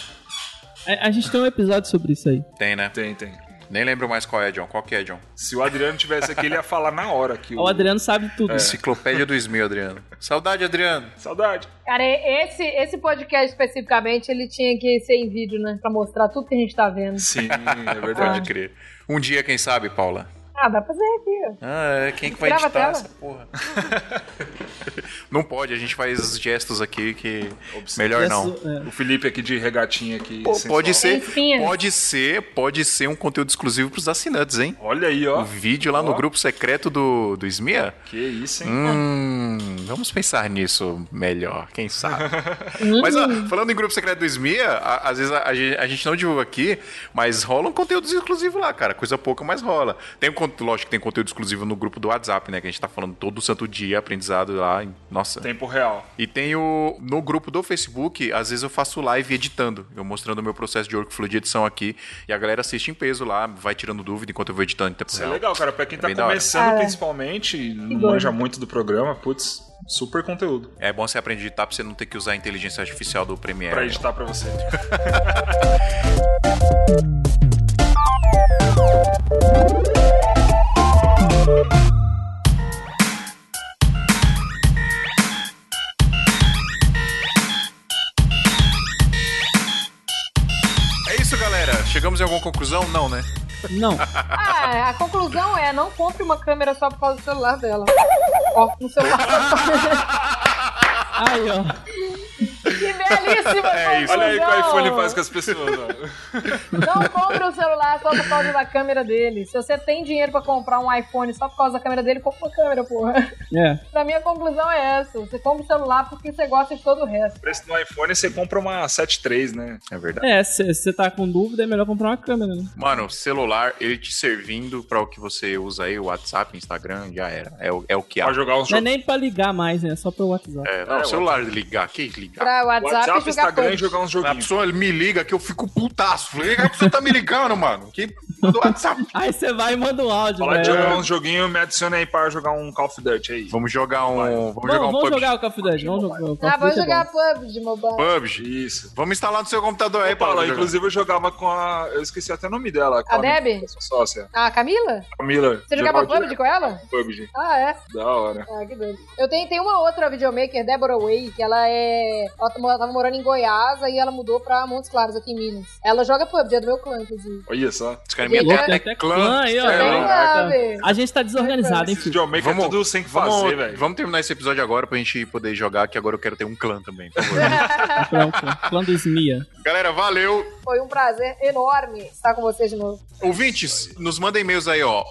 B: A, a gente tem um episódio sobre isso aí.
A: Tem, né?
C: Tem, tem.
A: Nem lembro mais qual é, John. Qual que é, John?
C: Se o Adriano tivesse aqui, ele ia falar na hora que
B: O Adriano sabe
C: É.
A: É.
B: tudo.
A: Enciclopédia do Esmio, Adriano. Saudade, Adriano.
C: Saudade.
D: Cara, e- esse, esse podcast especificamente, ele tinha que ser em vídeo, né? Pra mostrar tudo que a gente tá vendo.
C: Sim, é verdade.
A: Pode crer. Um dia, quem sabe, Paula?
D: Ah, dá pra fazer aqui, ó.
A: Ah, é, quem que vai
D: Grava a
A: editar
D: tela.
A: essa porra? não pode, a gente faz gestos aqui que. Melhor não.
B: Essa- é.
C: O Felipe aqui de regatinha aqui.
A: Pô,
C: sensual.
A: pode ser,
D: Tem espinhas.
A: pode ser, pode ser um conteúdo exclusivo pros assinantes, hein?
C: Olha aí,
A: O
C: ó.
A: vídeo lá no
C: Ó.
A: grupo secreto do, do Esmia?
C: Que isso, hein?
A: Hum, vamos pensar nisso melhor, quem sabe.
C: Uhum.
A: mas ó, falando em grupo secreto do Esmia, a- às vezes a, a gente- a gente não divulga aqui, mas rola um conteúdo exclusivo lá, cara. Coisa pouca, mas rola. Tem um, con- lógico que tem conteúdo exclusivo no grupo do WhatsApp, né? Que a gente tá falando todo santo dia, aprendizado lá. em- Nossa.
C: Tempo real.
A: E tem o. No grupo do Facebook, às vezes eu faço live editando. Eu mostrando o meu processo de workflow de edição aqui. E a galera assiste em peso lá, vai tirando dúvida enquanto eu vou editando em tempo
C: Isso é
A: real.
C: legal, cara. Pra quem tá
A: bem da hora.
C: começando,
B: É.
D: Cara,
C: principalmente, não
D: doido.
C: manja muito do programa, putz, super conteúdo
A: É bom você aprender a editar pra você não ter que usar a inteligência artificial do Premiere. né?
C: pra editar pra você.
A: É isso, galera. Chegamos em alguma conclusão? Não, né?
B: Não.
D: Ah, a conclusão é, não compre uma câmera só por causa do celular dela. Ó, no celular.
B: Aí, ó.
D: que belíssima
A: É isso.
C: Olha aí o que o
D: conclusão.
C: iPhone faz com as pessoas, ó.
D: Não compre um celular só por causa da câmera dele. Se você tem dinheiro pra comprar um iPhone só por causa da câmera dele, compra uma câmera, porra.
B: É.
D: Pra mim, a conclusão é essa. Você compra um celular porque você gosta de todo o resto.
C: preço do iPhone, você compra uma 7.3, né?
A: É verdade.
B: É, se você tá com dúvida, é melhor comprar uma câmera, né?
A: Mano, celular, ele te servindo pra o que você usa aí, WhatsApp, Instagram, já era. É o, é o que há.
C: Pra jogar um
B: Não é
C: jogo.
B: nem pra ligar mais, né? Só pro WhatsApp.
A: É, não,
C: É,
A: celular ligar, que ligar?
D: Pra WhatsApp,
C: WhatsApp,
D: e jogar
C: Instagram e
D: todos.
C: jogar uns
A: A
C: joguinhos.
A: pessoa me liga que eu fico putaço. Falei, "Liga que você tá me ligando, mano? Que do WhatsApp?
B: Aí você vai e manda um áudio,
C: Fala de
B: velho.
C: jogar uns joguinhos, me adiciona aí pra jogar um Call of Duty aí.
A: Vamos jogar um. Vamos,
B: Vamos,
A: jogar um
B: vamos
A: PUBG.
B: jogar o Call of Duty, vamos jogar o Call
D: Ah,
B: of Duty
D: vamos
B: é
D: jogar
B: bom.
D: PUBG Mobile.
A: PUBG.
C: Isso.
A: Vamos instalar no seu computador aí,
C: Ô, Paula,
A: Paulo.
C: inclusive eu jogava com a. Eu esqueci até o nome dela. com
D: A Debbie?
C: minha Sócia.
D: Ah, Camila?
C: A Miller.
D: Você jogava PUBG com ela?
C: PUBG.
D: Ah, é.
C: Da hora.
D: Ah, que doido. Eu tenho, tem uma outra videomaker, Deborah Way, que ela é. Ela tá- ela tava morando em Goiás, aí ela mudou pra Montes Claros, aqui em Minas. Ela joga PUBG, é do meu clã, inclusive.
C: Olha só.
A: Esse cara
D: É
A: me
D: louco,
A: até-
B: Tem
A: é
B: até
A: clã.
B: clã aí, ó.
C: É,
D: Tem lá, velho.
B: A gente tá desorganizado, hein,
C: Esse
B: filho?
C: videomaker é tudo sem
A: vamos,
C: fazer, velho.
A: vamos terminar esse episódio agora pra gente poder jogar, que agora eu quero ter um clã também, por favor.
B: Pronto. Clã do Smia.
A: Galera, valeu.
D: Foi um prazer enorme estar com vocês de novo.
A: Ouvintes, nos mandem e-mails aí, ó.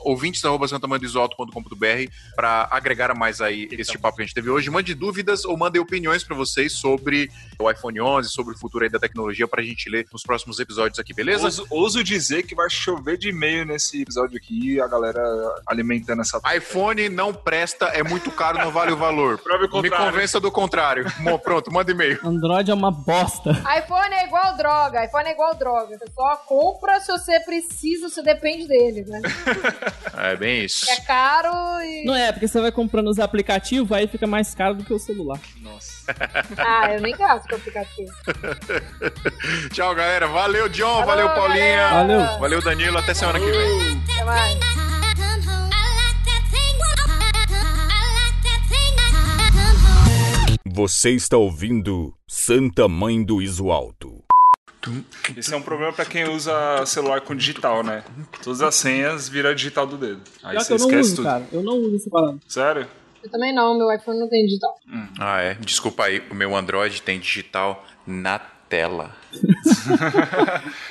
A: ouvintes.santamandrisoto.com.br pra agregar mais aí este papo que a gente teve hoje. Mande dúvidas ou mandem opiniões pra vocês sobre o iPhone 11, sobre o futuro aí da tecnologia pra gente ler nos próximos episódios aqui, beleza?
C: Ouso, ouso dizer que vai chover de e-mail nesse episódio aqui a galera alimentando essa.
A: iPhone não presta, é muito caro, não vale o valor.
C: Prove o
A: Me
C: contrário.
A: convença do contrário. Bom, pronto, manda e-mail.
B: Android é uma bosta.
D: iPhone é igual droga, iPhone é igual droga. Você só compra se você precisa, você depende dele, né?
A: É bem isso.
D: É caro e.
B: Não é, porque você vai comprando os aplicativos, aí fica mais caro do que o celular.
C: Nossa.
D: Ah, eu nem gasto com aplicativo.
A: Tchau, galera. Valeu, John. Então, Valeu,
D: Falou,
A: Paulinha.
D: galera.
B: Valeu.
A: Valeu, Danilo. Até semana que vem.
D: Até mais.
I: Você está ouvindo Santa Mãe do Iso Alto.
C: Esse é um problema pra quem usa celular com digital, né? Todas as senhas viram digital do dedo. Aí
B: Pior que
C: você
B: eu não
C: esquece
B: uso,
C: tudo.
B: cara. Eu não uso essa palavra.
C: Sério?
D: Eu também não, meu iPhone não tem digital.
A: Ah, é. Desculpa aí, o meu Android tem digital na tela.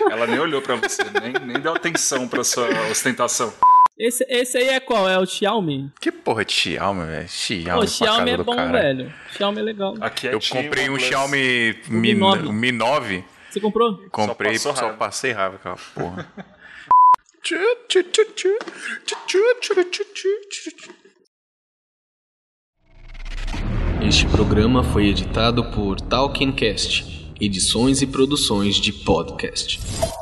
C: Ela nem olhou pra você, nem, nem deu atenção pra sua ostentação.
B: Esse, esse aí é qual? É o Xiaomi?
A: Que porra de Xiaomi, velho? Xiaomi,
B: Pô,
A: um pra
B: Xiaomi
A: cara
B: é
A: do
B: bom,
A: cara.
B: velho. Xiaomi é legal.
C: Aqui é
A: Eu
C: Team
A: comprei um
C: OnePlus.
A: Xiaomi Mi,
B: Mi 9.
A: Mi 9,
B: Você comprou?
A: comprei
C: passou
A: só,
C: raiva.
A: passei raiva com aquela porra. Tchu, tchu, tchu, tchu, tchu, tchu, tchu, tchu, tchu, tchu.
F: Este programa foi editado por Talkincast, edições e produções de podcast.